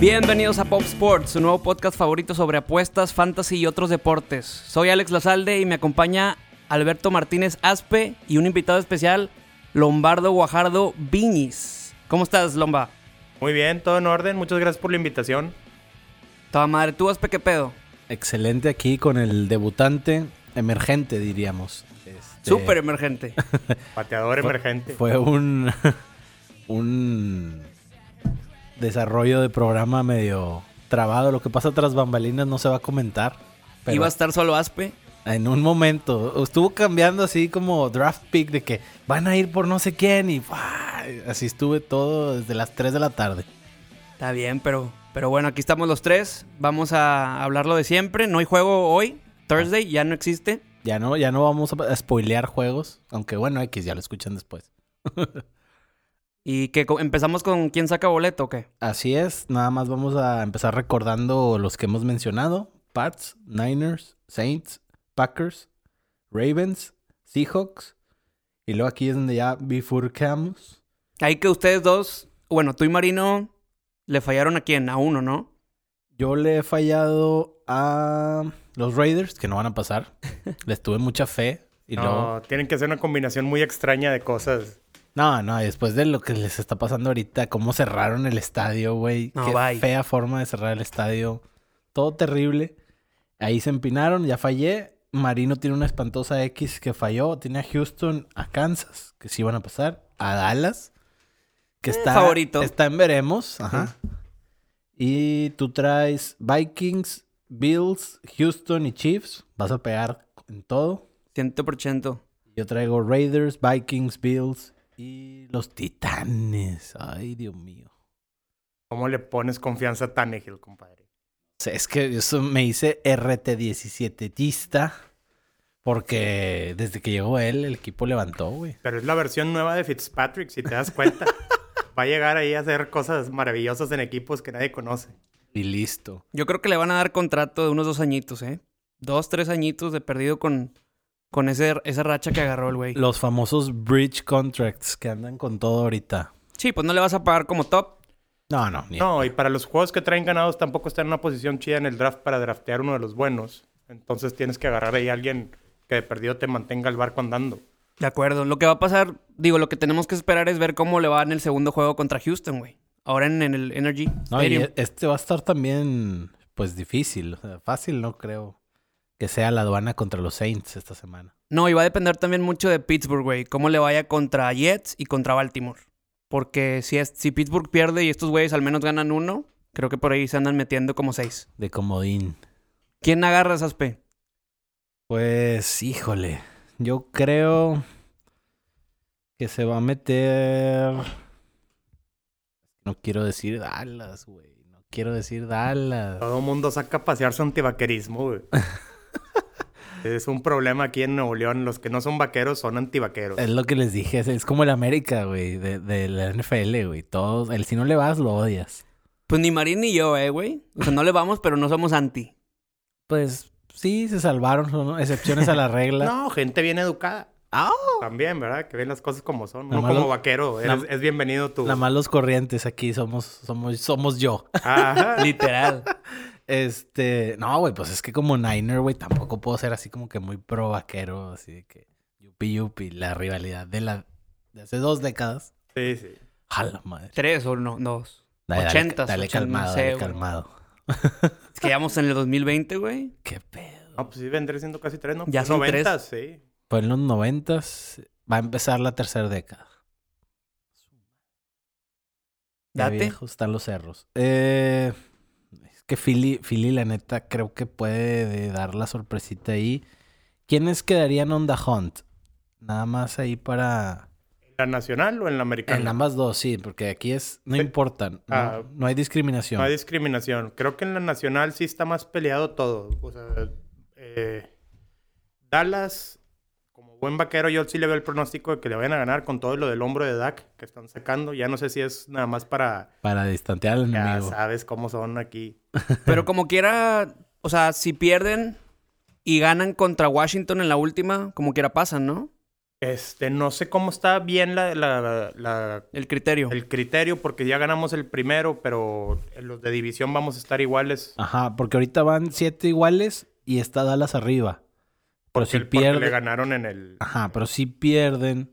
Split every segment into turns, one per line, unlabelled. Bienvenidos a Pop Sports, su nuevo podcast favorito sobre apuestas, fantasy y otros deportes. Soy Alex Lazalde y me acompaña Alberto Martínez Aspe y un invitado especial, Lombardo Guajardo Viñis. ¿Cómo estás, Lomba?
Muy bien, todo en orden. Muchas gracias por la invitación.
Toda madre, ¿tú Aspe qué pedo?
Excelente aquí con el debutante emergente, diríamos. Este,
Súper emergente.
Pateador emergente.
Fue un, un desarrollo de programa medio trabado. Lo que pasa tras bambalinas no se va a comentar. Pero
Iba a estar solo Aspe.
en un momento estuvo cambiando así como draft pick de que van a ir por no sé quién y ¡fua! así estuve todo desde las 3 de la tarde.
Está bien, pero, pero bueno, aquí estamos los tres. Vamos a hablarlo de siempre. No hay juego hoy. Thursday ya no existe.
Ya no, ya no vamos a spoilear juegos, aunque bueno, X ya lo escuchan después.
Y que co- empezamos con quién saca boleto o qué.
Así es, nada más vamos a empezar recordando los que hemos mencionado: Pats, Niners, Saints, Packers, Ravens, Seahawks. Y luego aquí es donde ya bifurcamos.
Ahí que ustedes dos, bueno, tú y Marino le fallaron a quién, a uno, ¿no?
Yo le he fallado a los Raiders, que no van a pasar. Les tuve mucha fe. Y
no,
luego.
tienen que hacer una combinación muy extraña de cosas.
No, no, después de lo que les está pasando ahorita, cómo cerraron el estadio, güey.
No,
Qué
bye.
fea forma de cerrar el estadio. Todo terrible. Ahí se empinaron, ya fallé. Marino tiene una espantosa X que falló. Tiene a Houston, a Kansas, que sí iban a pasar. A Dallas, que está,
Eh, favorito.
está en veremos. Ajá. Y tú traes Vikings, Bills, Houston y Chiefs. Vas a pegar en todo.
100%.
Yo traigo Raiders, Vikings, Bills y los Titanes. Ay, Dios mío.
¿Cómo le pones confianza a Tannehill, compadre?
O sea, es que eso me hice RT17tista porque desde que llegó él, el equipo levantó, güey.
Pero es la versión nueva de Fitzpatrick, si te das cuenta. Va a llegar ahí a hacer cosas maravillosas en equipos que nadie conoce.
Y listo.
Yo creo que le van a dar contrato de unos dos añitos, ¿eh? Dos, tres añitos de perdido con, con ese, esa racha que agarró el güey.
Los famosos bridge contracts que andan con todo ahorita.
Sí, pues no le vas a pagar como top.
No, no, ni
No, y para los juegos que traen ganados tampoco está en una posición chida en el draft para draftear uno de los buenos. Entonces tienes que agarrar ahí a alguien que de perdido te mantenga el barco andando.
De acuerdo. Lo que va a pasar, digo, lo que tenemos que esperar es ver cómo le va en el segundo juego contra Houston, güey. Ahora en, en el Energy
No, y
Stadium.
e- este va a estar también, pues difícil. O sea, fácil no creo que sea la aduana contra los Saints esta semana.
No, y va a depender también mucho de Pittsburgh, güey. Cómo le vaya contra Jets y contra Baltimore. Porque si, es, si Pittsburgh pierde y estos güeyes al menos ganan uno, creo que por ahí se andan metiendo como seis.
De comodín.
¿Quién agarra esas P?
Pues, híjole. Yo creo que se va a meter. No quiero decir Dallas, güey. No quiero decir Dallas.
Todo mundo saca a pasear su antivaquerismo, güey. es un problema aquí en Nuevo León. Los que no son vaqueros son antivaqueros.
Es lo que les dije. Es, es como el América, güey. De, de la NFL, güey. Todos. El si no le vas, lo odias.
Pues ni Marín ni yo, eh, güey. O sea, no le vamos, pero no somos anti.
Pues sí, se salvaron. Son excepciones a la regla.
No, gente bien educada.
Ah,
También, ¿verdad? Que ven las cosas como son.
Nada
No
más
como
lo-
vaquero.
nada-
eres- es bienvenido tú.
Nada más los corrientes aquí somos, somos, somos yo.
Ajá.
Literal.
Este, no, güey, pues es que como Niner, güey, tampoco puedo ser así como que muy pro vaquero, así de que yupi yupi, la rivalidad de la de hace dos décadas.
Sí, sí.
Jala madre.
Tres o no, dos.
Dale, dale,
Ochentas,
dale
ochenta,
calmado,
sí,
dale
güey.
calmado.
Es que ya vamos en el 2020, güey.
Qué pedo.
No, pues sí, vendré siendo casi tres, ¿no? Pues
Ya son tres.
Noventas, sí.
Fue Pues en los noventas, va a empezar la tercera década. Ya
Date.
viejos están los cerros. Eh, es que Philly, Philly, la neta, creo que puede de dar la sorpresita ahí. ¿Quiénes quedarían on the hunt? Nada más ahí para...
¿En la nacional o en la americana?
En ambas dos, sí, porque aquí es, no
Sí.
importan, no,
Ah.
no hay discriminación.
No hay discriminación. Creo que en la nacional sí está más peleado todo. O sea, eh, Dallas, como buen vaquero, yo sí le veo el pronóstico de que le vayan a ganar con todo lo del hombro de Dak que están sacando. Ya no sé si es nada más para...
Para distantear al
Ya
enemigo.
sabes cómo son aquí.
Pero como quiera, o sea, si pierden y ganan contra Washington en la última, como quiera pasan, ¿no?
Este, no sé cómo está bien la, la- la-
El criterio.
el criterio, porque ya ganamos el primero, pero en los de división vamos a estar iguales.
Ajá, porque ahorita van siete iguales y está Dallas arriba. Pero si
el- porque le
pierden.
ganaron en el.
Ajá, pero si pierden.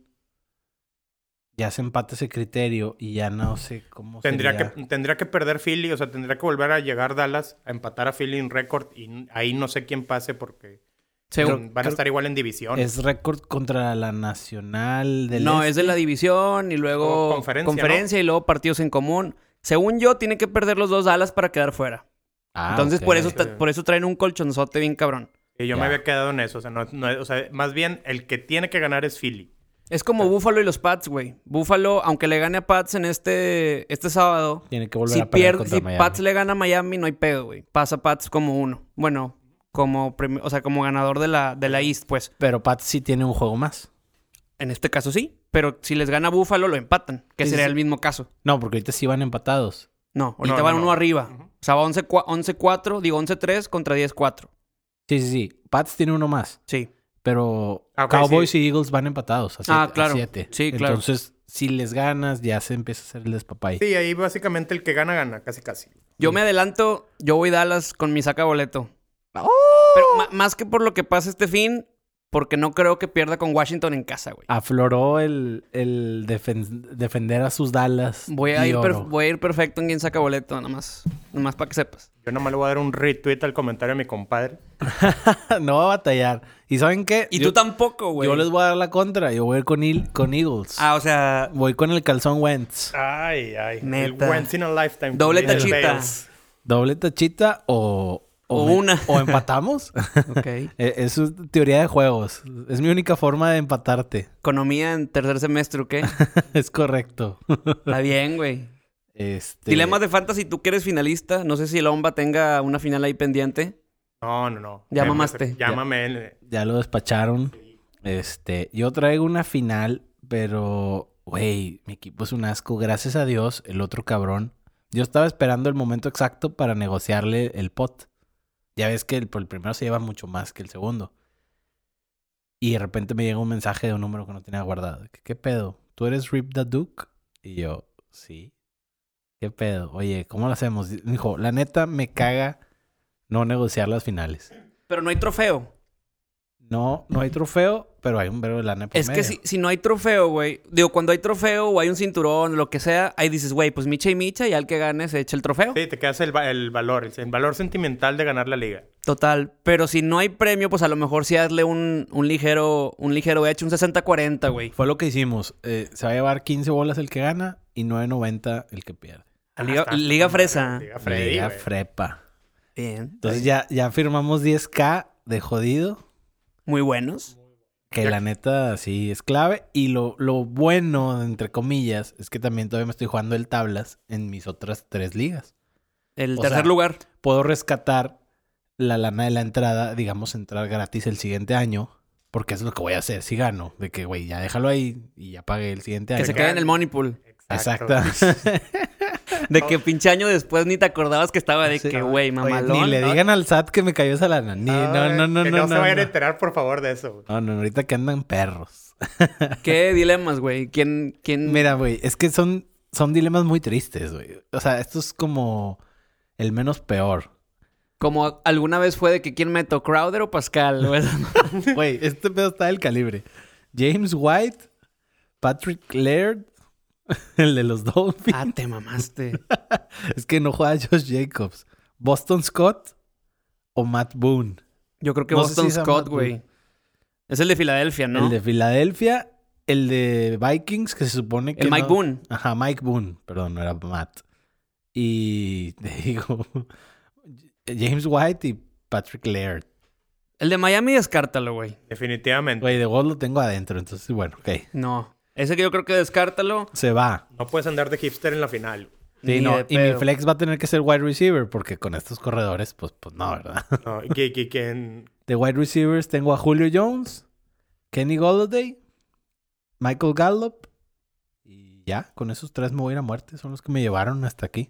Ya se empata ese criterio y ya no sé cómo
Tendría
sería.
que, tendría que perder Philly, o sea, tendría que volver a llegar Dallas a empatar a Philly en récord y n- ahí no sé quién pase porque
Según-
van a estar igual en división.
Es récord contra la nacional del
No,
Este.
es de la división y luego
O conferencia,
y luego partidos en común. Según yo, tiene que perder los dos alas para quedar fuera.
Ah,
Entonces,
ok.
por, eso, ta-
Sí.
por eso traen un colchonzote bien cabrón.
Y yo
Ya.
me había quedado en eso, o sea, no- no- o sea, más bien el que tiene que ganar es Philly.
Es como Búfalo y los Pats, güey. Búfalo, aunque le gane a Pats en este, este sábado,
Tiene que volver
si,
a perder
pierde-
contra
si
Miami.
Pats le gana a Miami, no hay pedo, güey. Pasa Pats como uno. Bueno, como, prim- o sea, como ganador de la, de la East, pues.
Pero Pats sí tiene un juego más.
En este caso sí, pero si les gana Búfalo, lo empatan, que
Sí, sí,
sería
sí.
el mismo caso.
No, porque ahorita sí van empatados.
No, ahorita
No, no,
van
no.
uno arriba.
Ujú.
O sea, va 11 cua- 11-4, digo 11-3 contra 10-4.
Sí, sí, sí. Pats tiene uno más.
Sí.
Pero
Ah, ok,
Cowboys y Eagles van empatados. A siete,
Ah,
a
claro.
siete.
Sí, claro.
Entonces, si les ganas, ya se empieza a hacer el despapay.
Sí, ahí básicamente el que gana, gana, casi casi.
Yo me adelanto, yo voy Dallas con mi saca boleto. ¡Oh! Pero ma- más que por lo que pasa este fin, porque no creo que pierda con Washington en casa, güey.
Afloró el, el defen- defender a sus Dallas.
Voy a,
y
ir per-
oro.
voy a ir perfecto en quien saca boleto, nada más. Nada más para que sepas.
Yo nomás le voy a dar un retweet al comentario de mi compadre.
no va a batallar. ¿Y saben qué?
Y
Yo-
tú tampoco, güey.
Yo les voy a dar la contra. Yo voy a ir con, Il- con Eagles.
Ah, o sea,
Voy con el calzón Wentz.
Ay, ay.
Neta.
El once in a lifetime.
doble
Mira,
tachita.
Bales.
Doble tachita o...
O
me-
una.
O empatamos.
ok.
Eh, Es su teoría de juegos. Es mi única forma de empatarte.
Economía en tercer semestre, ¿o qué?
Es correcto.
Está bien, güey.
Este...
Dilemas de fantasy, tú que eres finalista. No sé si el OMBA tenga una final ahí pendiente.
No, no, no.
Ya
Llámame-
mamaste.
Llámame. en-
Ya lo despacharon. Este... Yo traigo una final, pero... Güey, mi equipo es un asco. Gracias a Dios, el otro cabrón. Yo estaba esperando el momento exacto para negociarle el pot. Ya ves que el, el primero se lleva mucho más que el segundo. Y de repente me llega un mensaje de un número que no tenía guardado. ¿Qué, qué pedo? ¿Tú eres Rip the Duke? Y yo, sí. ¿Qué pedo? Oye, ¿cómo lo hacemos? Di- Dijo, la neta me caga no negociar las finales.
Pero no hay trofeo.
No, no hay trofeo, pero hay un verbo de lana por
Es que
medio.
si, si no hay trofeo, güey. Digo, cuando hay trofeo o hay un cinturón, lo que sea, ahí dices, güey, pues micha y micha, y al que gane se echa el trofeo.
Sí, te quedas el, va- el valor, el, el valor sentimental de ganar la liga.
Total. Pero si no hay premio, pues a lo mejor sí hazle un, un ligero, un ligero hecho, un 60-40, güey.
Fue lo que hicimos. Eh, se va a llevar 15 bolas el que gana y 9.90 el que pierde.
A Liga,
Ah, está-
Liga Fresa.
Liga Freddy.
Liga
güey.
frepa.
Bien.
Entonces ya, ya firmamos 10K de jodido.
Muy buenos.
Que la neta sí es clave. Y lo, lo bueno, entre comillas, es que también todavía me estoy jugando el tablas en mis otras tres ligas.
El
O
tercer
sea-
lugar.
Puedo rescatar la lana de la entrada, digamos, entrar gratis el siguiente año. Porque es lo que voy a hacer si gano. De que, güey, ya déjalo ahí y ya pagué el siguiente
Que
año.
se quede en el money pool.
Exacto.
De que pinche año después ni te acordabas que estaba de
Sí.
que, güey,
Oye,
mamalón.
ni le digan al SAT que me cayó esa lana. Ni,
Ay,
no, no, no,
que
no.
no
No,
se vayan a
no.
enterar, por favor, de eso. güey.
No, no, ahorita que andan perros.
Qué dilemas, güey. ¿Quién,
Mm.
quién?
Mira, güey, es que son, son dilemas muy tristes, güey. O sea, esto es como el menos peor.
Como alguna vez fue de que quién meto, Crowder o Pascal. güey.
Güey, este pedo está del calibre. James White, Patrick Laird, el de los Dolphins.
ah, te mamaste.
Ah.
Es que no juega Josh Jacobs. Boston Scott o Matt Boone.
Yo creo que
No sé
Boston
si sea
Scott,
Matt
güey. Es el de Filadelfia, ¿no?
El de Filadelfia, el de Vikings, que se supone que.
El Mike
no-
Boone.
Ajá, Mike Boone. Perdón, no era Matt. Y te digo, James White y Patrick Laird.
El de Miami, descártalo, güey.
Definitivamente.
Güey, de God lo tengo adentro, entonces, bueno, ok.
No. Ese que yo creo que descártalo.
Se va.
No puedes andar de hipster en la final.
Sí,
ni
no,
de
Y mi
pedo.
flex va a tener que ser wide receiver, porque con estos corredores, pues, pues no, ¿verdad?
No, que- que- que en-
De wide receivers tengo a Julio Jones, Kenny Golladay, Michael Gallup. Y ya, con esos tres me voy a ir a muerte. Son los que me llevaron hasta aquí.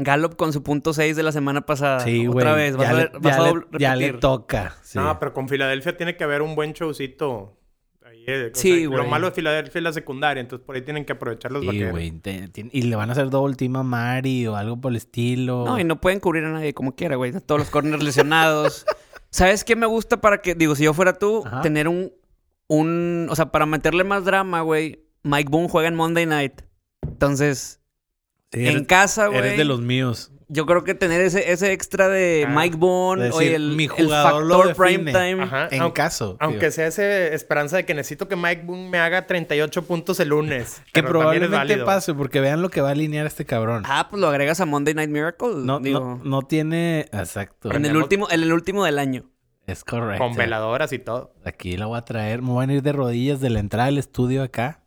Gallup con su punto 6 de la semana pasada.
Sí, güey.
Otra vez. Vas
ya
a
le-
ver, vas
ya
a
le-
dobl-
ya le
repetir.
toca. sí.
No, pero con Filadelfia tiene que haber un buen showcito ahí eh, o
Sí,
sea, Lo
güey.
malo de Filadelfia es la secundaria, entonces por ahí tienen que aprovechar los
Y,
vaqueros.
güey, te- tien- y le van a hacer doble team a Mari o algo por el estilo.
No, y no pueden cubrir a nadie como quiera, güey. Todos los corners lesionados. ¿Sabes qué me gusta para que, digo, si yo fuera tú,
Ajá.
tener un, un, o sea, para meterle más drama, güey, Mike Boone juega en Monday Night. Entonces,
Sí,
en
eres,
casa,
eres
güey,
de los míos.
yo creo que tener ese, ese extra de
Ah,
Mike Boone,
decir,
oye, el,
mi
el
jugador lo
factor prime
define.
time.
Ajá,
En
aunque,
caso.
aunque sea esa esperanza de que necesito que Mike Boone me haga 38 puntos el lunes.
Que
pero también es
probablemente
válido.
pase, porque vean lo que va a alinear este cabrón.
Ah, pues lo agregas a Monday Night Miracle.
no,
digo,
no, no tiene. Exacto.
en el
Ponemos-
último, en el último del año.
Es correcto.
Con veladoras y todo,
Aquí la voy a traer. Me van a ir de rodillas de la entrada del estudio acá.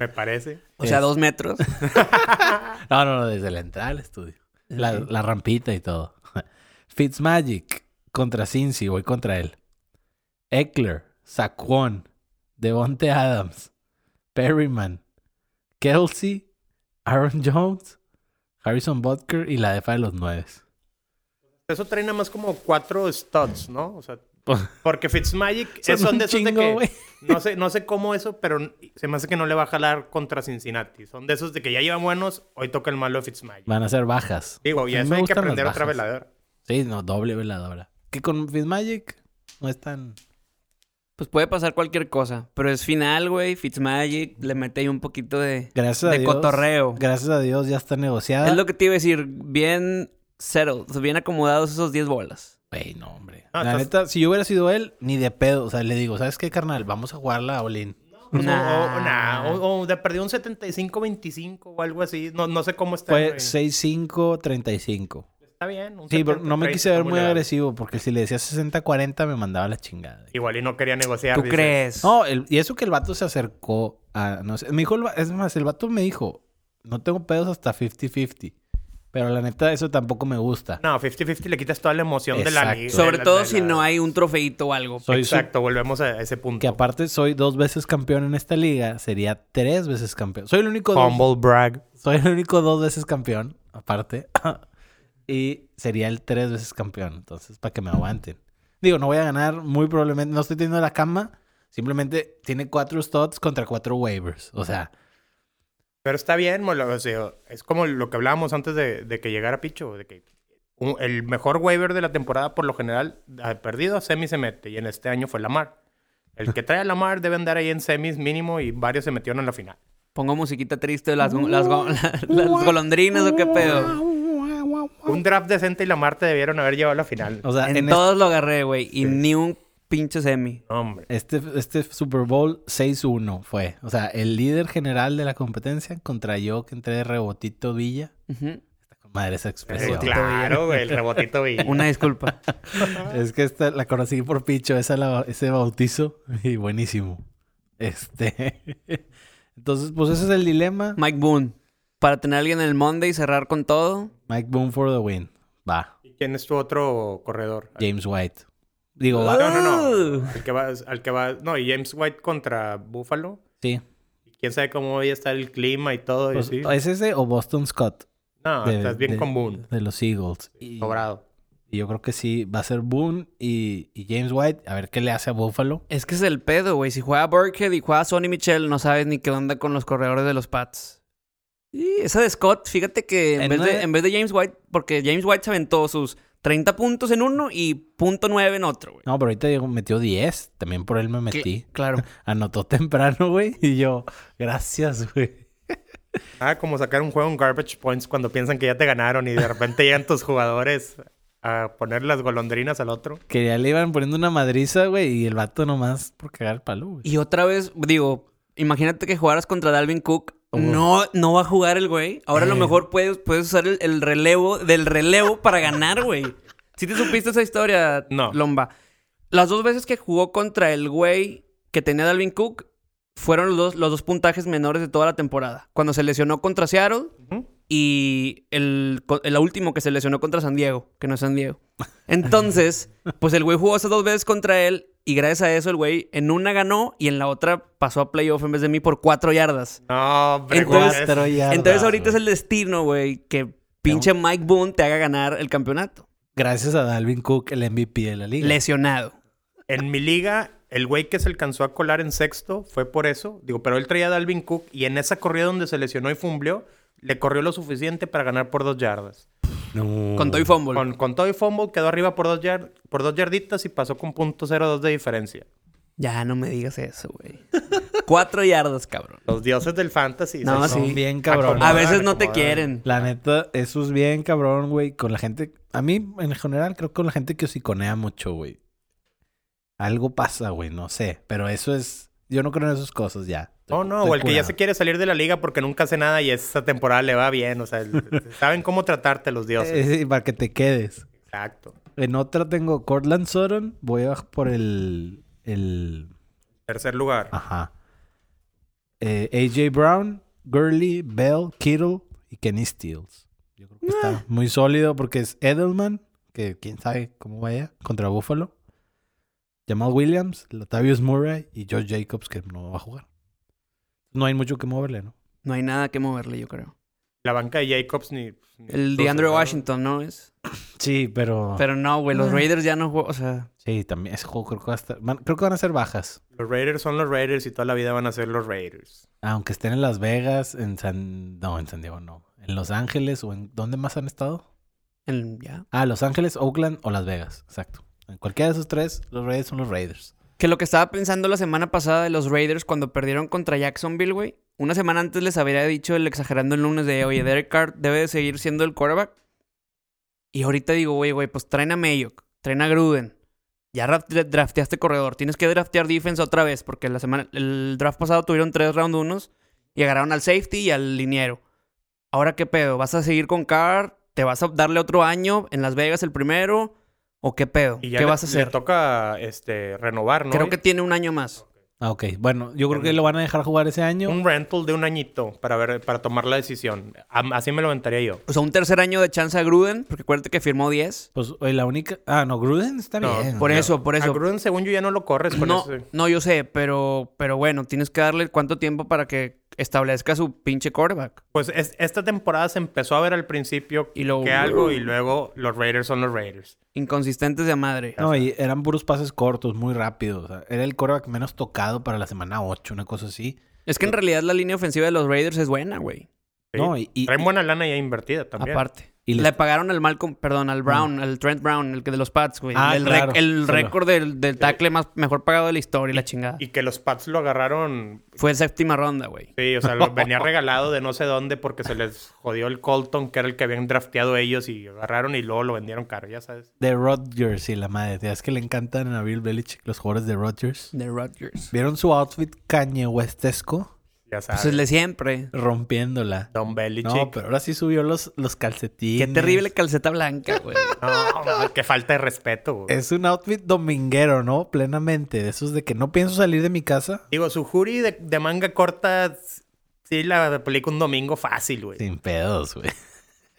me parece.
O sea,
Es-
dos metros.
No, no, no, desde la entrada al estudio. La, la rampita y todo. Fitzmagic contra Cincy, voy contra él. Eckler, Saquon, Devonte Adams, Perryman, Kelsey, Aaron Jones, Harrison Butker y la defa de los nueves.
Eso trae nada más como cuatro studs, ¿no? O sea,
Pues-
porque Fitzmagic son,
un
de esos
chingo,
de
güey.
que... No sé, no sé cómo eso, pero se me hace que no le va a jalar contra Cincinnati. Son de esos de que ya llevan buenos, hoy toca el malo de Fitzmagic.
Van a ser bajas.
Digo, y
A mí
eso
me
hay que
gustan las
aprender otra
bajas.
veladora.
Sí, no, doble veladora. Que con Fitzmagic no es tan...
Pues puede pasar cualquier cosa. Pero es final, güey. Fitzmagic le mete ahí un poquito de.
Gracias a
De
Dios.
cotorreo.
Gracias a Dios ya está negociada.
Es lo que te iba a decir. Bien settled, bien acomodados esos 10 bolas.
Güey, no, hombre.
Ah,
la
estás-
neta, si yo hubiera sido él, ni de pedo. O sea, le digo, ¿sabes qué, carnal? Vamos a jugarla a Olin.
Pues, o-
Nah.
O, nah, o- o de perdió un 75-25 o algo así. No, no sé cómo está.
Fue
güey.
6-5-35.
Está bien. un
Pues, Sí, pero
70,
no me
30,
quise ver
¿cómo
muy
le va?
agresivo porque si le decía 60-40 me mandaba la chingada.
Igual y no quería negociar.
¿Tú
dices.
crees?
No, el- y eso que el vato se acercó a... No sé, me dijo, el va- es más, el vato me dijo, no tengo pedos hasta 50-50. Pero la neta, eso tampoco me gusta.
No, 50-50 le quitas toda la emoción de la
Exacto.
liga.
Sobre
de la-
todo
de
si
la-
no hay un trofeito o algo.
Soy su-
Exacto, volvemos a ese punto.
que aparte soy dos veces campeón en esta liga, sería tres veces campeón. Soy el único dos
Humble brag.
Soy el único dos veces campeón, aparte. y sería el tres veces campeón. Entonces, para que me aguanten. Digo, no voy a ganar, muy probablemente. No estoy teniendo la cama. Simplemente tiene cuatro stots contra cuatro waivers. O sea,
Pero está bien, molo, o sea, es como lo que hablábamos antes de, de que llegara Picho, de que un- el mejor waiver de la temporada por lo general ha perdido a semi se mete y en este año fue Lamar. El que trae a Lamar debe andar ahí en semis mínimo y varios se metieron en la final.
Pongo musiquita triste, las, las, go- las golondrinas o qué pedo.
Un draft decente y Lamar te debieron haber llevado a la final.
o sea,
En,
en, este-
todos lo agarré, güey. Y ni un pinche semi.
No, hombre.
este, este Super Bowl 6-1 fue. O sea, el líder general de la competencia contra yo que entré de rebotito Villa.
Ujú.
Está con Madre esa
Eh,
expresión.
claro, güey, el rebotito y
Una disculpa.
Es que esta la conocí por Picho, esa la- ese bautizo, y buenísimo. Este. Entonces, pues ese es el dilema.
Mike Boone. Para tener a alguien en el Monday y cerrar con todo.
Mike Boone for the win. Va.
¿Quién es tu otro corredor?
James White. Digo,
No,
va.
no, no. Al que va, al que va, no, y James White contra Buffalo.
Sí.
Quién sabe cómo va a estar el clima y todo. y
Pues,
sí.
¿Es ese o Boston Scott?
No,
De-
estás bien
de-
con Boone.
De los Eagles. Y,
Sobrado.
y yo creo que sí, va a ser Boone y, y James White. A ver qué le hace a Buffalo.
Es que es el pedo, güey. Si juega Burkhead y juega Sonny Michel, no sabes ni qué onda con los corredores de los Pats. Y esa de Scott, fíjate que en,
En
vez, de,
nueve-
en vez de James White, porque James White se aventó sus 30 puntos en uno y punto nueve en otro, güey.
No, pero ahorita Diego metió 10. También por él me
Cl-
metí.
Claro.
Anotó temprano, güey. Y yo, gracias, güey.
Ah, como sacar un juego en Garbage Points cuando piensan que ya te ganaron y de repente llegan tus jugadores a poner las golondrinas al otro.
Que ya le iban poniendo una madriza, güey, y el vato nomás por cagar el palo, güey.
Y otra vez, digo, imagínate que jugaras contra Dalvin Cook.
Ujú.
No, no va a jugar el güey. Ahora a lo
Oh. Eh.
mejor puedes, puedes usar el, el relevo del relevo para ganar, güey. Si te supiste esa historia,
No.
Lomba. Las dos veces que jugó contra el güey que tenía Dalvin Cook fueron los dos, los dos puntajes menores de toda la temporada. Cuando se lesionó contra Seattle
Ujú.
y el, co- el último que se lesionó contra San Diego, que no es San Diego. Entonces, pues el güey jugó esas dos veces contra él y gracias a eso el güey en una ganó y en la otra pasó a playoff en vez de mí por cuatro yardas.
No, hombre,
Entonces-
güey,
Cuatro yardas,
Entonces ahorita es
güey.
el destino, güey, que pinche Mike Boone te haga ganar el campeonato.
Gracias a Dalvin Cook, el MVP de la liga.
Lesionado.
En mi liga, El güey que se alcanzó a colar en sexto fue por eso. Digo, pero él traía a Dalvin Cook y en esa corrida donde se lesionó y fumbleó, le corrió lo suficiente para ganar por dos yardas.
No.
Mm. Con Toy Fumble.
Con, con todo y fumble quedó arriba por dos, yard- por dos yarditas y pasó con .02 de diferencia.
Ya no me digas eso, güey. Cuatro yardas, cabrón.
Los dioses del fantasy.
No,
¿sabes?
sí.
Son bien cabrón.
A
Acomodan,
veces no te
acomodan.
quieren.
La neta, eso es bien cabrón, güey. Con la gente. A mí, en general, creo que con la gente que hociconea mucho, güey. Algo pasa, güey. No sé. Pero eso es. Yo no creo en esas cosas ya.
No, Oh, no,
Estoy
o el que ya
curado.
se quiere salir de la liga porque nunca hace nada y esta temporada le va bien. O sea, el- saben cómo tratarte los dioses.
Eh, sí, para que te quedes.
Exacto.
En otra tengo Cortland Sutton. Voy a por el. El.
Tercer lugar.
Ah.
Ajá. Eh, AJ Brown, Gurley, Bell, Kittle y Kenny Steels. Yo creo que está muy sólido porque es Edelman, que quién sabe cómo vaya, contra Buffalo. Jamal Williams, Latavius Murray y Josh Jacobs, que no va a jugar. No hay mucho que moverle, ¿no?
No hay nada que moverle, yo creo.
La banca de Jacobs ni... ni-
El
ni-
de Andrew
ni-
Washington, ¿no es?
Sí, pero.
Pero no, güey. Los
Ah.
Raiders ya no juegan. O sea,
Sí, también. Ese juego creo que va a estar- van- creo que van a ser bajas.
Los Raiders son los Raiders y toda la vida van a ser los Raiders.
Aunque estén en Las Vegas, en San. No, en San Diego no. En Los Ángeles o en. ¿Dónde más han estado?
el- ya.
Ah, Los Ángeles, Oakland o Las Vegas. Exacto. En cualquiera de esos tres, los Raiders son los Raiders.
Que lo que estaba pensando la semana pasada de los Raiders cuando perdieron contra Jacksonville, güey. Una semana antes les habría dicho el exagerando el lunes de, oye, Derek Carr debe de seguir siendo el quarterback. Y ahorita digo, güey, güey, pues traen a Mayock, traen a Gruden. Ya ra- drafteaste corredor, tienes que draftear defense otra vez, porque la semana, el draft pasado tuvieron tres round unos y agarraron al safety y al liniero. Ahora qué pedo, ¿vas a seguir con Carr? ¿Te vas a darle otro año en Las Vegas el primero? ¿O qué pedo? ¿Qué
Y ya le-
vas a hacer?
Le toca este, renovar, ¿no?
Creo que tiene un año más.
Ah, ok. Bueno, yo creo que lo van a dejar jugar ese año.
Un rental de un añito para ver para tomar la decisión. Am- Así me lo aventaría yo.
O sea, un tercer año de chance a Gruden, porque acuérdate que firmó 10.
Pues oye, la única. Ah, no, Gruden está
No,
bien.
Por
güey.
eso, por
A
eso.
Gruden, según yo, ya no lo corres con
No,
ese-
no, yo sé, pero, pero bueno, tienes que darle cuánto tiempo para que establezca su pinche quarterback.
Pues es- esta temporada se empezó a ver al principio
Y luego-
que algo y luego los Raiders son los Raiders.
Inconsistentes de madre.
No, y eran puros pases cortos, muy rápidos. O sea, era el coreback menos tocado para la semana 8, una cosa así.
Es que en realidad la línea ofensiva de los Raiders es buena, güey.
Sí.
No, y, y-
Traen buena lana ya invertida también.
Aparte.
Y les- Mm.
Le pagaron al Malcolm, perdón, al Brown, al Trent Brown, el que de los Pats, güey.
Ah,
el
claro.
rec- el
Se lo-
récord del, del tackle más, mejor pagado de la historia y la chingada.
Y que los Pats lo agarraron,
Fue séptima ronda, güey.
sí, o sea, lo venía regalado de no sé dónde porque se les jodió el Colton, que era el que habían drafteado ellos y agarraron y luego lo vendieron caro, ya sabes.
de Rodgers y la madre. Ya Es que le encantan a Bill Belichick los jugadores de Rodgers.
De Rodgers.
¿Vieron su outfit cañe westesco?
Ya sabes.
Pues es de siempre.
Rompiéndola.
Don Belichick.
No, pero ahora sí subió los, los
Qué
calcetines.
terrible calceta blanca, güey.
No, no, qué falta de respeto. güey.
Es un outfit dominguero, ¿no? Plenamente. De esos de que no pienso salir de mi casa.
Digo, su jury de, de manga corta sí la aplica un domingo fácil, güey.
Sin pedos, güey.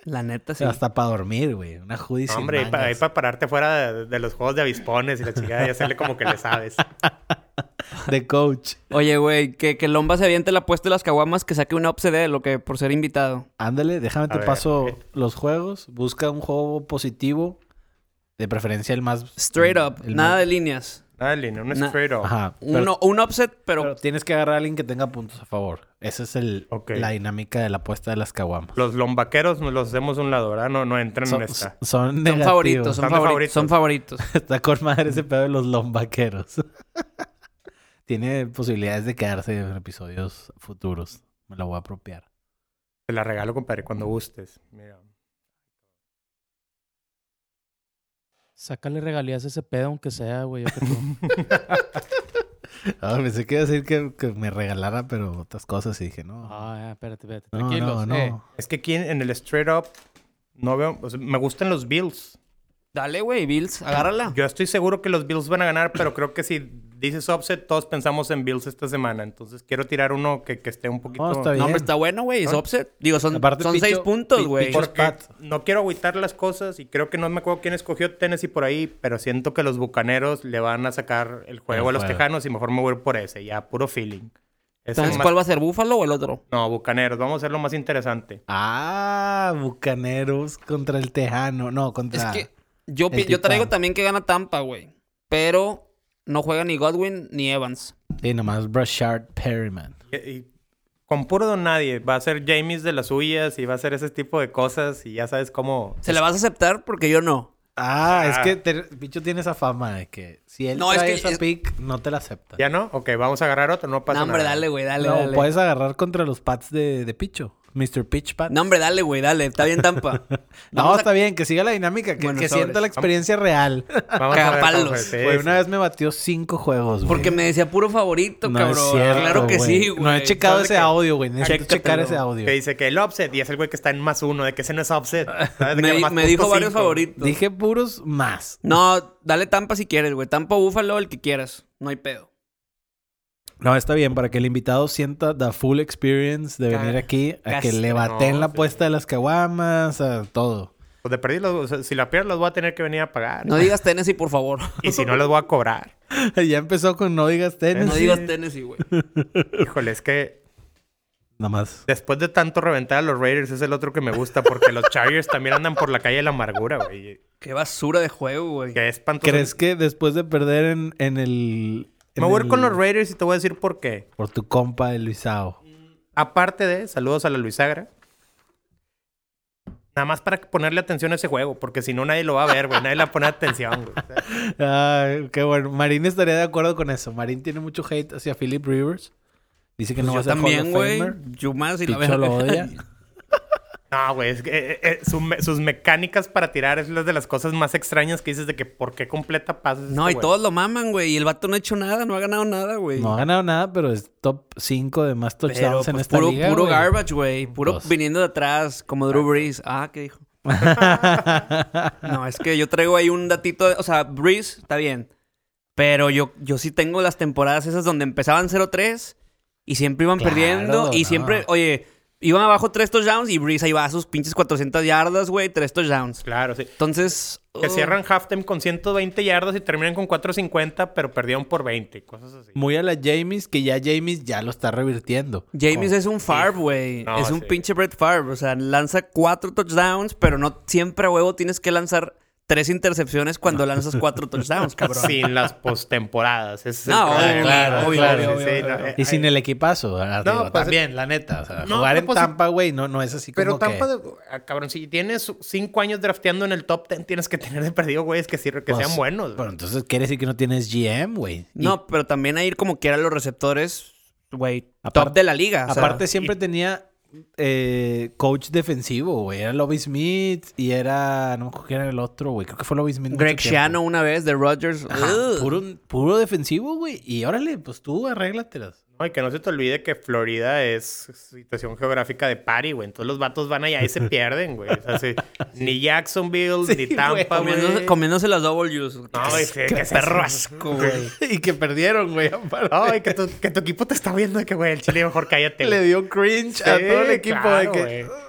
La neta, sí.
Hasta para dormir, güey. Una hoodie
No,
sin
hombre, ahí
mangas.
para pararte fuera de, de los juegos de avispones y la chingada y hacerle como que le sabes.
De coach.
Oye, güey, que, que Lomba se aviente la apuesta de las caguamas que saque una obsede de lo que por ser invitado.
Ándale, déjame te
ver,
paso
ok.
los juegos. Busca un juego positivo. De preferencia el más...
Straight
el-
up,
el
nada
más-
de líneas.
Dale, no, no es
Na-
straight up.
Ajá. Pero,
Uno- un offset, pero,
pero tienes que agarrar a alguien que tenga puntos a favor. Esa es el,
Ok.
la dinámica de la apuesta de las caguamas.
Los lombaqueros nos los hacemos a un lado, ¿verdad? No, no entran
Son,
en esta.
son
son
negativos.
favoritos, son
Son de
favoritos,
favoritos.
son favoritos.
Está con madre ese pedo de los lombaqueros. Tiene posibilidades de quedarse en episodios futuros. Me la voy a apropiar.
Te la regalo, compadre, cuando gustes. Mira.
Sácale regalías a ese pedo, aunque sea, güey. yo que tú.
Ah, pensé que iba a decir que, que me regalara, pero otras cosas y dije, no.
Ah, ya, espérate, espérate.
no,
Tranquilos.
no, no.
eh.
Es que aquí en, en el straight up no veo. o sea, me gustan los Bills.
Dale, güey, Bills, agárrala.
Yo estoy seguro que los Bills van a ganar, pero creo que si dices offset, todos pensamos en Bills esta semana. Entonces quiero tirar uno que, que esté un poquito.
No, está bien.
No, hombre, está bueno, güey, es
No.
offset. Digo, son,
Aparte,
son
Picho-
seis puntos,
Pi-
güey.
Picho-
Porque
Pat.
no quiero agüitar las cosas y creo que no me acuerdo quién escogió Tennessee por ahí, pero siento que los bucaneros le van a sacar el juego
El
a los
juego.
tejanos y mejor me voy por ese, ya puro feeling. Ese
Entonces,
más-
¿cuál va a ser, Búfalo o el otro?
No, bucaneros, vamos a hacer lo más interesante.
Ah, Bucaneros contra el Tejano. No,
Es
contra...
que yo, pi-
Ah, el
yo traigo
Titán.
también que gana Tampa, güey. Pero no juega ni Godwin ni Evans.
Sí, nomás Brashard Perryman.
Y, y con puro don nadie. Va a ser James de las suyas y va a hacer ese tipo de cosas y ya sabes cómo.
¿Se la vas a aceptar? Porque yo no.
Ah, es
Ah.
que te- Bicho tiene esa fama de que si él
No, es
trae
que-
esa
es-
pick, no te la acepta.
¿Ya no? Ok, vamos a agarrar otro, no pasa
No, hombre,
nada.
dale, güey, dale,
no,
dale.
puedes agarrar contra los Pats de, de Picho. Mr. Pitch Pat.
No, hombre, dale, güey, dale. Está bien, Tampa.
No,
Vamos a-
está bien, que siga la dinámica, que,
Bueno,
que
sobres.
sienta la experiencia real.
Vamos a ver,
Cagapalos.
vamos a ver, sí,
Güey,
sí.
una vez me batió cinco juegos, güey.
Porque me decía puro favorito,
No es
cabrón.
cierto,
claro que
güey.
sí, güey.
No he checado
¿Sabes
ese
de qué?
audio, güey. Necesito
Chécatelo.
checar ese audio.
Que dice que el offset y es el güey que está en más uno, de que ese no es offset. ¿sabes? De que
Me,
más
me
punto
dijo varios
cinco.
favoritos.
Dije puros más.
No, dale Tampa si quieres, güey. Tampa Búfalo, el que quieras. No hay pedo.
No, está bien, para que el invitado sienta the full experience de
Ca-
venir aquí, a que
casi.
le baten
No,
la
sí.
apuesta de las caguamas, a todo.
Pues de perdido, los- o sea, si la pierdo, los voy a tener que venir a pagar.
No digas Tennessee, por favor.
Y si no, los voy a cobrar.
ya empezó con no digas tenis.
No
Sí.
digas Tennessee, güey.
Híjole, es que
Nada más.
después de tanto reventar a los Raiders, es el otro que me gusta porque los Chargers también andan por la calle de la amargura, güey.
Qué basura de juego, güey.
Que espantoso.
¿Crees que después de perder en, en el... en
Me voy a ir
el-
con los Raiders y te voy a decir por qué.
Por tu compa de Luisao.
Aparte de, saludos a la Luisagra. Nada más para ponerle atención a ese juego, porque si no nadie lo va a ver, güey. Nadie le va a poner atención, güey. O sea,
Ay, Ah, qué bueno. Marín estaría de acuerdo con eso. Marín tiene mucho hate hacia Philip Rivers. Dice que no va a
Pues yo
ser Hall of
también, güey.
Famer.
Yo más y la
Picho lo
verdad.
odia.
No, güey, es que eh, eh, su me- sus mecánicas para tirar es una de las cosas más extrañas que dices de que por qué completa pases.
No, y
este güey.
todos lo maman, güey. Y el vato no ha hecho nada, no ha ganado nada, güey.
No ha ganado nada, pero es top 5 de más touchdowns
Pero,
en
pues,
esta
puro,
liga.
puro
güey.
garbage, güey. Puro
Pues.
viniendo de atrás, como Drew Brees. Ah, ¿qué dijo? no, es que yo traigo ahí un datito. de- o sea, Brees está bien. Pero yo, yo sí tengo las temporadas esas donde empezaban 0-3 y siempre iban
Claro,
perdiendo. Y
no.
siempre, oye, iban abajo 3 touchdowns y Brees ahí va a sus pinches 400 yardas, güey, 3 touchdowns.
Claro, sí.
Entonces.
Que
oh,
cierran halftime con 120 yardas y terminan con 450, pero perdieron por 20, cosas así.
Muy a la James, que ya James ya lo está revirtiendo.
James
Con-
es un Favre, güey.
No,
es un
sí.
pinche Brett Favre. O sea, lanza cuatro touchdowns, pero no siempre a huevo tienes que lanzar tres intercepciones cuando lanzas cuatro touchdowns, cabrón.
Sin las postemporadas. ese es el
No, obvio,
problema.
claro,
Sí,
claro,
sí,
obvio,
Ah, sí,
obvio,
no,
obvio.
eh,
Y sin
eh,
el equipazo. ¿verdad?
No,
Digo,
pues,
también, la neta. o sea,
no,
jugar en
pues,
Tampa, güey, no, no es así
Pero
como
Tampa,
que...
de- ah, cabrón, si tienes cinco años drafteando en el top 10, tienes que tener de perdido, güey, es que, sí, que
Pues,
sean buenos.
Pero entonces quiere decir que no tienes GM, güey. Y
No, pero también a ir como quiera los receptores, güey, top
Aparte-
de la liga. o sea,
Aparte, siempre tenía eh, coach defensivo, güey. Era Lobby Smith y era. No me acuerdo quién era el otro, güey. Creo que fue Lobby Smith. mucho
Greg
tiempo.
Schiano una vez de Rodgers.
Ajá,
Ugh.
puro, puro defensivo, güey. Y órale, pues tú arréglatelas.
No, y que no se te olvide que Florida es situación geográfica de pari, güey. Entonces los vatos van allá y se pierden, güey. O sea, sí, ni Jacksonville,
Sí,
ni Tampa, güey.
Comiéndose, comiéndose las W's.
No, güey, sí, que es
perro
eso?
asco, güey.
y que perdieron, güey. aparte.
No, y que tu, que tu equipo te está viendo de que, güey, el chile mejor cállate.
Le
güey.
dio cringe
Sí,
a todo el equipo
claro,
de que.
güey.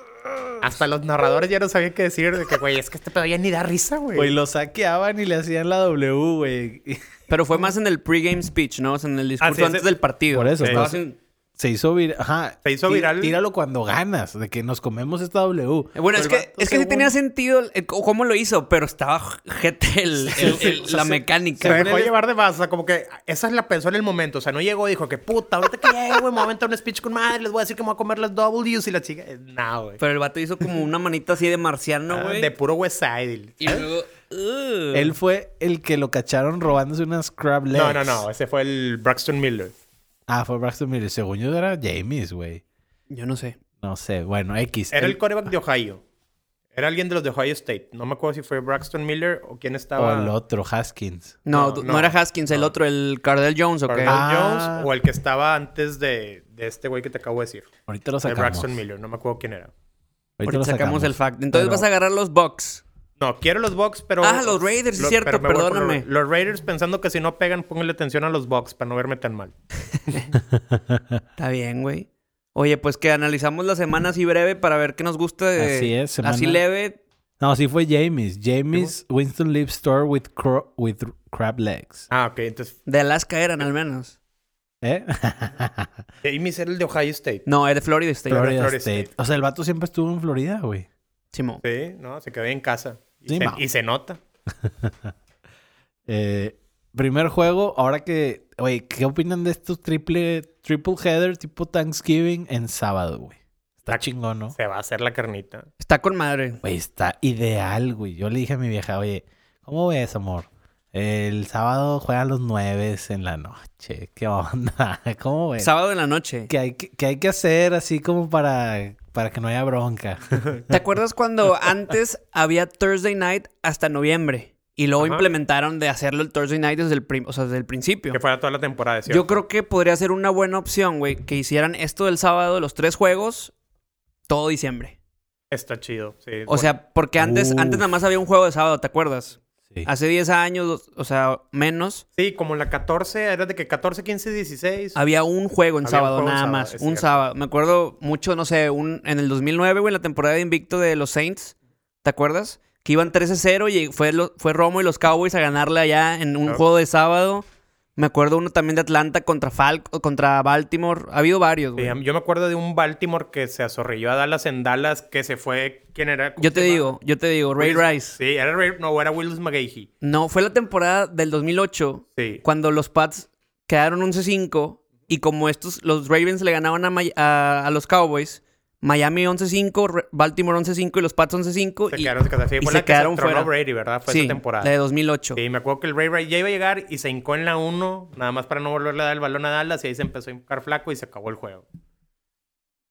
Hasta los narradores ya no sabían qué decir de que, güey, es que este pedo ya ni da risa,
Güey,
güey.
lo saqueaban y le hacían la W, güey. Y
Pero fue más en el pregame speech, ¿no? O sea, en el discurso
sí, ese-
antes del partido.
Por eso,
Estaba
¿no?
sin-
Se hizo viral. Ajá.
Se hizo
Tí-
viral.
Tíralo cuando ganas, de que nos comemos esta W.
Eh, Bueno,
Pero
es
el
que,
vato
es que sí
según-
tenía sentido el- el- cómo lo hizo, pero estaba jete el- el- el-
o sea,
la
Se
se-
mecánica.
dejó llevar de masa, como que esa es la pensó en el momento. O sea, no llegó y dijo que puta, ahorita que llegue, güey, me voy a aventar un speech con madre, les voy a decir que me voy a comer las W's y la chica. eh, No, güey.
Pero el vato hizo como una manita así de marciano,
Ah,
güey.
de ¿Eh? puro West Side.
y luego. "Ugh".
Él fue el que lo cacharon robándose unas crab legs.
No, no, no. Ese fue el Braxton Miller.
Ah, fue Braxton Miller. Según yo era James, güey.
Yo no sé.
No sé. Bueno, X.
Era el
Él-
quarterback de Ohio. Era alguien de los de Ohio State. No me acuerdo si fue Braxton Miller o quién
O
estaba.
el otro, Haskins.
No,
No,
du- no,
no.
era Haskins, el otro, el Cardell Jones, ¿o qué?
Cardell
Ah.
Jones o el que estaba antes de, de este güey que te acabo de decir.
Ahorita lo
De
sacamos.
Braxton Miller. No me acuerdo quién era.
Ahorita
lo
sacamos el fact. Entonces
Pero-
vas a agarrar los Bucks.
No, quiero los Bucks, pero.
Ah, los Raiders, es cierto,
pero me voy por los-
perdóname.
Los, Raiders pensando que si no pegan, pónganle atención a los Bucks para no verme tan mal.
Está bien, güey. Oye, pues que analizamos la semana así breve para ver qué nos gusta. de-
Así es, semana-
Así leve.
No, sí fue James. James Winston Live Store with, cro- with crab legs.
Ah, ok. Entonces,
De Alaska eran, al menos.
¿Eh?
James era el de Ohio State.
No, era de Florida State.
Florida
Florida
State.
State.
O sea, el vato siempre estuvo en Florida, güey.
Simón.
Sí, no, se quedó ahí en casa. Y,
Sí,
se,
ma.
y se nota.
Eh, Primer juego, ahora que. Güey, ¿qué opinan de estos triple, triple header tipo Thanksgiving en sábado, güey?
Ah,
Está chingón, ¿no?
Se va a hacer la carnita.
Está con madre.
Güey, está ideal, güey. Yo le dije a mi vieja, oye, ¿cómo ves, amor? El sábado juegan los nueve en la noche. ¿Qué onda? ¿Cómo ves?
Sábado en la noche.
¿Qué hay que, qué hay que hacer así como para, para que no haya bronca?
¿Te acuerdas cuando antes había Thursday night hasta noviembre? Y luego
Ajá.
implementaron de hacerlo el Thursday night desde el, prim- o sea, desde el principio.
Que fuera toda la temporada, ¿cierto?
Yo creo que podría ser una buena opción, güey, que hicieran esto del sábado, los tres juegos, todo diciembre.
Está chido, sí.
O sea, porque antes, antes nada más había un juego de sábado, ¿te acuerdas?
Sí.
Hace 10 años, o sea, menos,
Sí, como la 14, era de que 14, 15, 16.
había un juego en
Había un
sábado
juego en
nada
sábado,
más,
es
un
cierto.
sábado. Me acuerdo mucho, no sé, un, en el 2009, güey, en la temporada de invicto de los Saints, ¿te acuerdas? Que iban 13-0 y fue, lo- fue Romo y los Cowboys a ganarle allá en un
Claro.
juego de sábado. Me acuerdo uno también de Atlanta contra Fal contra Baltimore. Ha habido varios,
Sí,
güey.
a mí- yo me acuerdo de un Baltimore que se azorrilló a Dallas en Dallas, que se fue. ¿Quién era? ¿Cómo
Yo
se
te
llama?
digo, yo te digo, Ray
Willis-
Rice.
Sí, era Ray. No, era Willis McGahee.
No, fue la temporada del 2008
Sí.
cuando los Pats quedaron 11-5 y como estos, los Ravens le ganaban a, Mi- a- a los Cowboys, Miami 11-5, Re- Baltimore 11-5 y los Pats 11-5
Se
y,
quedaron, se quedaron. Sí,
y
fue
se
la
quedaron
que se tronó
fuera.
Brady, ¿verdad? Fue
sí,
esa temporada.
la de 2008.
Sí, me acuerdo que el Ray Ray ya iba a llegar y se hincó en la 1, nada más para no volverle a dar el balón a Dallas, y ahí se empezó a hincar flaco y se acabó el juego.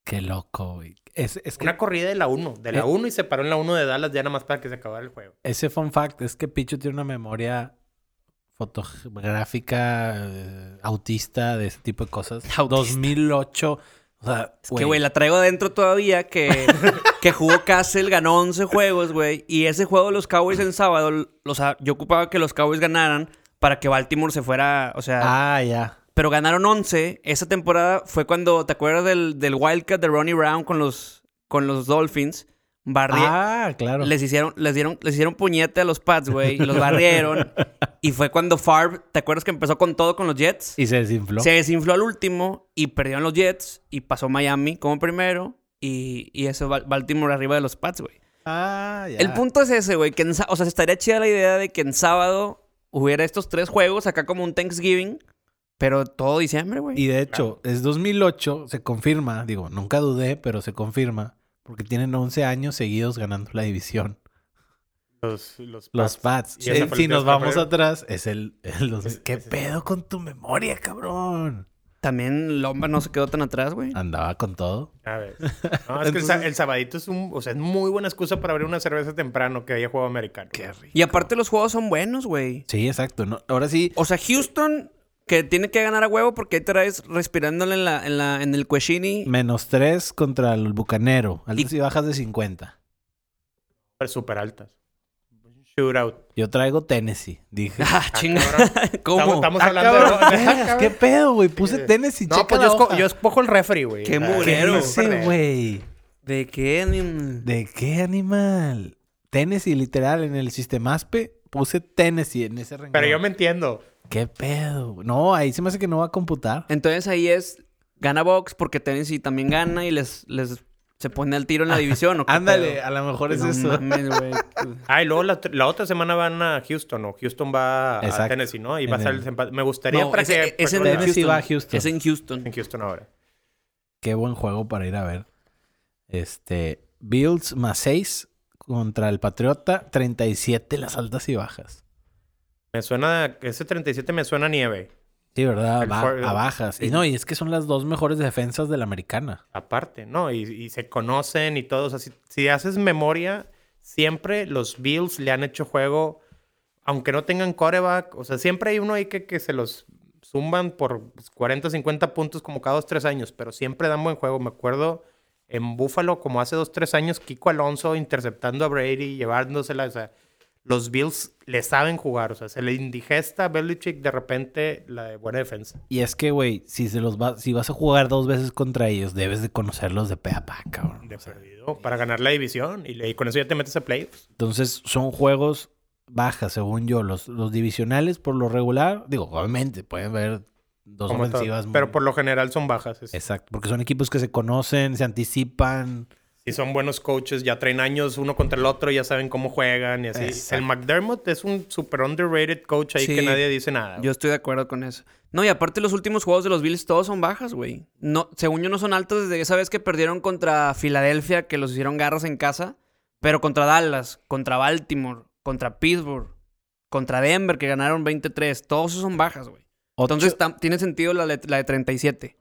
Qué loco, güey. Es, es que
Una corrida de la 1, de
Eh.
la 1 y se paró en la 1 de Dallas ya nada más para que se acabara el juego.
Ese fun fact es que Pichu tiene una memoria fotográfica eh, autista de ese tipo de cosas.
Autista.
2008. O sea,
Que, güey, la traigo adentro todavía que, que jugó Castle, ganó 11 juegos, güey. Y ese juego de los Cowboys en sábado, l- o sea, yo ocupaba que los Cowboys ganaran para que Baltimore se fuera, o sea...
Ah, ya.
Pero ganaron 11. Esa temporada fue cuando, ¿te acuerdas del, del Wildcat de Ronnie Brown con los, con los Dolphins? Barri-
Ah, claro.
les, hicieron, les, dieron, les hicieron puñete a los Pats, güey. y Los barrieron. y fue cuando Favre, ¿te acuerdas que empezó con todo con los Jets?
Y se desinfló.
Se desinfló al último y perdieron los Jets. Y pasó Miami como primero. Y, y eso, Bal- Baltimore arriba de los Pats, güey.
Ah, ya.
El punto es ese, güey. Que en sa- o sea, estaría chida la idea de que en sábado hubiera estos tres juegos acá como un Thanksgiving. Pero todo diciembre, güey.
Y de hecho, es 2008, se confirma, digo, nunca dudé, pero se confirma, porque tienen 11 años seguidos ganando la división.
Los, los,
Los
Pats.
Pats.
Y
Sí,
esa fue
si
la
nos
que
vamos
perdieron.
atrás, es el... el 2000.
Es-
¿Qué
es-
pedo con tu memoria, cabrón?
También Lomba no se quedó tan atrás, güey.
Andaba con todo.
A ver. No, es que el, sa- el sabadito es un, o sea, es muy buena excusa para abrir una cerveza temprano que haya juego americano.
rico.
Y aparte los juegos son buenos, güey.
Sí, exacto. No, ahora sí,
O sea, Houston, que tiene que ganar a huevo porque ahí traes respirándole en, la, en, la, en el cueshini.
menos 3 contra el bucanero. Altas y, bajas de 50.
Pero súper altas. Shootout.
Yo traigo Tennessee, dije.
Ah,
Ah,
chinga.
cabrón.
¿Cómo?
Estamos, estamos
Ah,
hablando de-
cabrón,
Ah,
vergas, ¿Qué
cabrón.
pedo, güey? Puse Tennessee,
No,
checa
pues
la
yo, esco-
hoja.
yo escojo el refri, güey.
Qué
Ah,
¿Qué
murero. Pero-
no
dice,
perder.
güey?
¿De qué? Ni-
¿De qué animal? Tennessee, literal, en el sistema ASPE puse Tennessee en ese renglón.
Pero yo me entiendo.
¿Qué pedo? güey? No, ahí se me hace que no va a computar.
Entonces ahí es, gana Box porque Tennessee también gana y les, les se pone al tiro en la división. ¿o qué
Ah, Ándale,
pedo?
a lo mejor es
No
eso.
mames, güey.
Ah, y luego la, la otra semana van a Houston, ¿no? Houston va
Exacto.
a Tennessee, ¿no? Y
En
va a estar
el-
el desempate. Me gustaría
No,
para
es,
que...
es en
para-
Tennessee
Houston.
va a Houston.
Es en Houston.
en Houston ahora.
Qué buen juego para ir a ver. Este, Bills más 6 contra el Patriota, 37 las altas y bajas.
Me suena... Ese 37 me suena a nieve.
Sí, ¿verdad?
El
Va-
for-
a bajas. Y no, y es que son las dos mejores defensas de la americana.
Aparte, ¿no? Y, y se conocen y todos. así si, haces memoria, siempre los Bills le han hecho juego, aunque no tengan coreback. O sea, siempre hay uno ahí que, que se los zumban por pues, 40, 50 puntos como cada dos, tres años, pero siempre dan buen juego. Me acuerdo en Buffalo, como hace dos, tres años, Kiko Alonso interceptando a Brady, llevándosela. O sea, los Bills le saben jugar. O sea, se le indigesta a Belichick de repente la de buena defensa.
Y es que, güey, si, se los va- si vas a jugar dos veces contra ellos, debes de conocerlos de pe a pa, cabrón.
De perdido. Para ganar la división y, le- y con eso ya te metes a playoffs.
Entonces, son juegos bajas, según yo. Los, los divisionales, por lo regular, digo, obviamente, pueden ver dos
Como todo.
ofensivas. muy-
Este.
Pero por lo general son bajas. es-
Exacto, porque son equipos que se conocen, se anticipan.
Y son buenos coaches, ya traen años uno contra el otro, ya saben cómo juegan y así.
Exacto.
El McDermott es un super underrated coach ahí
Sí.
que nadie dice
Ah,
nada.
Yo estoy de acuerdo con eso. No, y aparte los últimos juegos de los Bills todos son bajas, güey. No, según yo no son altas desde esa vez que perdieron contra Filadelfia, que los hicieron garras en casa, pero contra Dallas, contra Baltimore, contra Pittsburgh, contra Denver, que ganaron 23. Todos esos son bajas, güey.
Ocho-
Entonces tam- tiene sentido la, de- la de 37.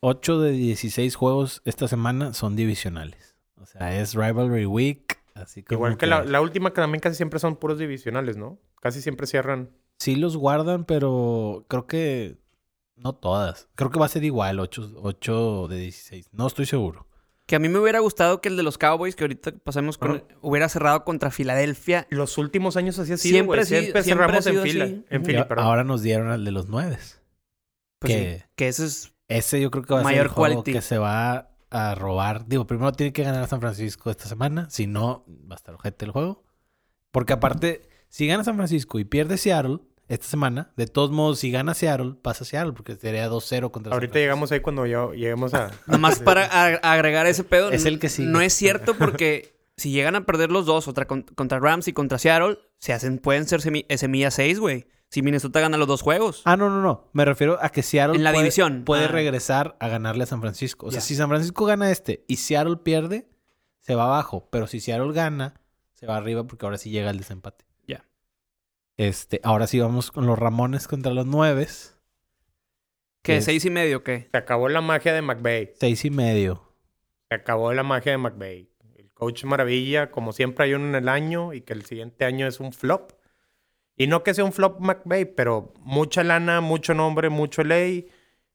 8 de 16 juegos esta semana son divisionales. O sea, es Rivalry Week. Así como
Igual que la, la última que también casi siempre son puros divisionales, ¿no? Casi siempre cierran.
Sí los guardan, pero creo que... No todas. Creo que va a ser igual, 8, de 16. No estoy seguro.
Que a mí me hubiera gustado que el de los Cowboys, que ahorita pasemos con...
Ajá.
Hubiera cerrado contra Filadelfia.
Los últimos años así ha sido,
Siempre
güey.
ha sido-
Siempre,
siempre ha
cerramos en
sido
fila.
así.
En
Ujú.
fila,
Ya-
perdón.
ahora nos dieron al de los 9.
Pues sí,
Que-
que ese es
Ese yo creo que va a ser
Mayor
el juego
quality.
que se va a robar. Digo, primero tiene que ganar San Francisco esta semana. Si no, va a estar ojete el juego. Porque aparte, si gana San Francisco y pierde Seattle esta semana, de todos modos, si gana Seattle, pasa Seattle porque sería 2-0 contra San
Ahorita
Francisco.
llegamos ahí cuando ya lleguemos a.
Nomás para a- agregar ese pedo.
Es
n-
el que sigue.
No es cierto porque si llegan a perder los dos, otra con- contra Rams y contra Seattle, se hacen, pueden ser semi- eh, semilla 6, güey. Si Minnesota gana los dos juegos.
Ah, no, no, no. Me refiero a que Seattle
En la
puede,
división.
puede
Ah.
regresar a ganarle a San Francisco. O sea,
Ya.
si San Francisco gana este y Seattle pierde, se va abajo. Pero si Seattle gana, se va arriba porque ahora sí llega el desempate.
Ya.
Este, ahora sí vamos con los Ramones contra los Nueves.
¿Qué?
Es-
¿Seis y medio? ¿Qué?
Se acabó la magia de McVay.
Seis y medio.
Se acabó la magia de McVay. El coach maravilla, como siempre hay uno en el año y que el siguiente año es un flop. Y no que sea un flop McVay, pero mucha lana, mucho nombre, mucho ley.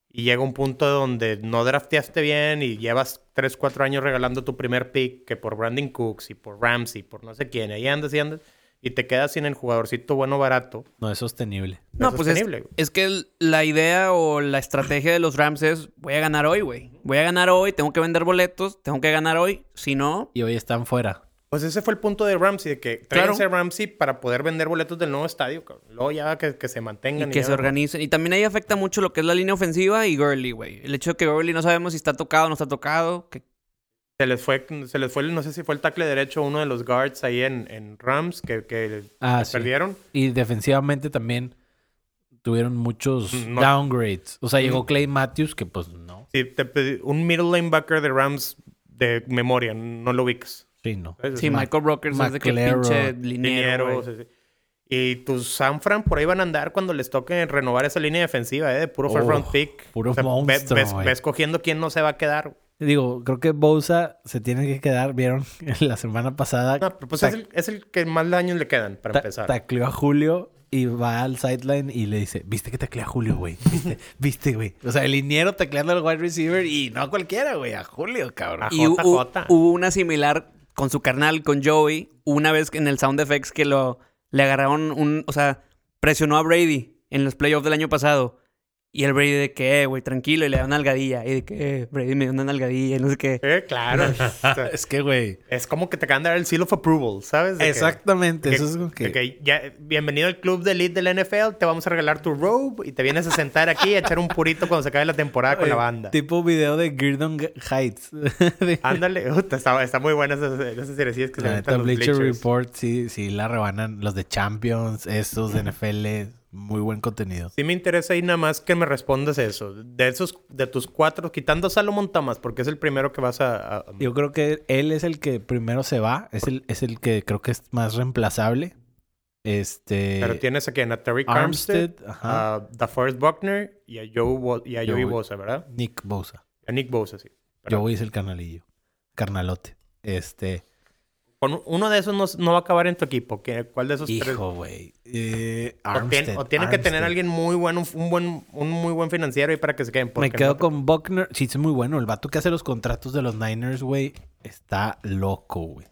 Y llega un punto donde no drafteaste bien y llevas 3, 4 años regalando tu primer pick, que por Brandon Cooks y por Ramsey, por no sé quién, ahí andas y andas, y te quedas sin el jugadorcito bueno barato.
No es sostenible.
No, pues es,
sostenible, güey.
es que el- la idea o la estrategia de los Rams es: voy a ganar hoy, güey. Voy a ganar hoy, tengo que vender boletos, tengo que ganar hoy. Si no,
Y hoy están fuera.
Pues ese fue el punto de Ramsey, de que
Claro.
tráiganse a Ramsey para poder vender boletos del nuevo estadio. cabrón. Luego ya que, que se
y
mantengan.
que
ya
se
veremos.
organicen. Y también ahí afecta mucho lo que es la línea ofensiva y Gurley, güey. El hecho de que Gurley no sabemos si está tocado o no está tocado. Que
Se les fue, mm, se les fue, no sé si fue el tackle derecho uno de los guards ahí en, en Rams que, que
Ah, sí.
perdieron.
Y defensivamente también tuvieron muchos
No.
downgrades. O sea, llegó
Mm.
Clay Matthews, que pues no.
Sí, te pedí- un middle linebacker de Rams de memoria, no lo ubicas.
Sí, no.
¿Sabes?
sí,
Es
Ma-
Michael Brockers es de que
Pues McLaren,
pinche
un
liniero.
liniero,
güey.
sí, sí. Y tus San Fran por ahí van a andar cuando les toque renovar esa línea defensiva, ¿eh? De puro first
Oh,
round pick.
puro
ve-
monstruo,
ves,
güey.
ves cogiendo quién no se va a quedar.
Digo, creo que Bosa se tiene que quedar. Vieron la semana pasada.
No, pero pues
Ta-
es el, es el que más daños le quedan, para
ta-
empezar.
tacleó a Julio y va al sideline y le dice: ¿Viste que taclea a Julio, güey? ¿Viste? ¿Viste, güey? O sea, el liniero tacleando al wide receiver y no a cualquiera, güey. A Julio, cabrón.
Ah.
Y hu-
JJ.
hu- hubo una similar con su carnal, con Joey, una vez que en el Sound Effects que lo le agarraron un, o sea, presionó a Brady en los playoffs del año pasado. Y el Brady de que, eh, güey, tranquilo, y le da una nalgadilla. Y de que, eh, Brady me dio una nalgadilla, y no sé qué.
Eh, claro. O sea,
Es que, güey.
es como que te acaban de dar el seal of approval, ¿sabes? De que-
Exactamente.
de
Eso es como
de
que.
que ya, bienvenido al club de elite del NFL, te vamos a regalar tu robe y te vienes a sentar aquí a echar un purito cuando se acabe la temporada con la
Oye,
banda.
Tipo video de Girdon G- Heights. De-
Ándale, Uta, está, está muy buena esas esas series que se
la
aventan
neta,
los
Bleacher
bleachers.
Report, sí, sí, la rebanan. Los de Champions, estos de NFL. Muy buen contenido.
Sí me interesa ahí nada más que me respondas eso. De esos, de tus cuatro, quitando a Salomón Tamas, porque es el primero que vas a... a-
Yo creo que él es el que primero se va, es el, es el que creo que es más reemplazable. Este.
pero tienes aquí a Terry Armstead, ah.
Armstead, ajá.
a DaForest Buckner y a, Joe Bo- y a Joey
Joey.
Bosa, ¿verdad?
Nick Bosa.
A Nick Bosa, sí. Pero-
Yo voy a ser el carnalillo. Carnalote. Este.
Con un- uno de esos no, no va a acabar en tu equipo. ¿Qué- ¿Cuál de esos tres?
Hijo, güey. Eh,
O, tien-
Armstead,
o tienen que tener
Armstead.
a alguien muy bueno, un- un buen, un muy buen financiero ahí para que se queden. porque
Me quedo
no te-
con Buckner. Sí, es muy bueno. El vato que hace los contratos de los Niners, güey, está loco, güey.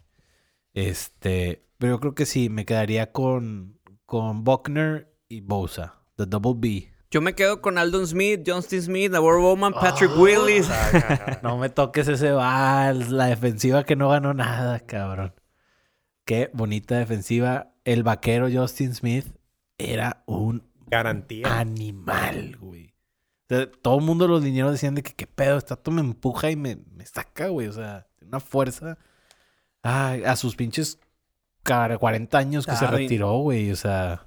Este. Pero yo creo que sí, me quedaría con, con Buckner y Bosa. The Double B.
Yo me quedo con Aldon Smith, Justin Smith, Navarro Bowman, Patrick
Ah.
Willis.
No me toques ese vals, la defensiva que no ganó nada, cabrón. Qué bonita defensiva. El vaquero Justin Smith era un Ah.
Garantía.
animal, güey. Este O sea, todo el mundo, los linieros decían de que qué pedo, esta me empuja y me, me saca, güey. O sea, una fuerza. Ay, a sus pinches cara- 40 años que se
Ay.
retiró, güey. O sea.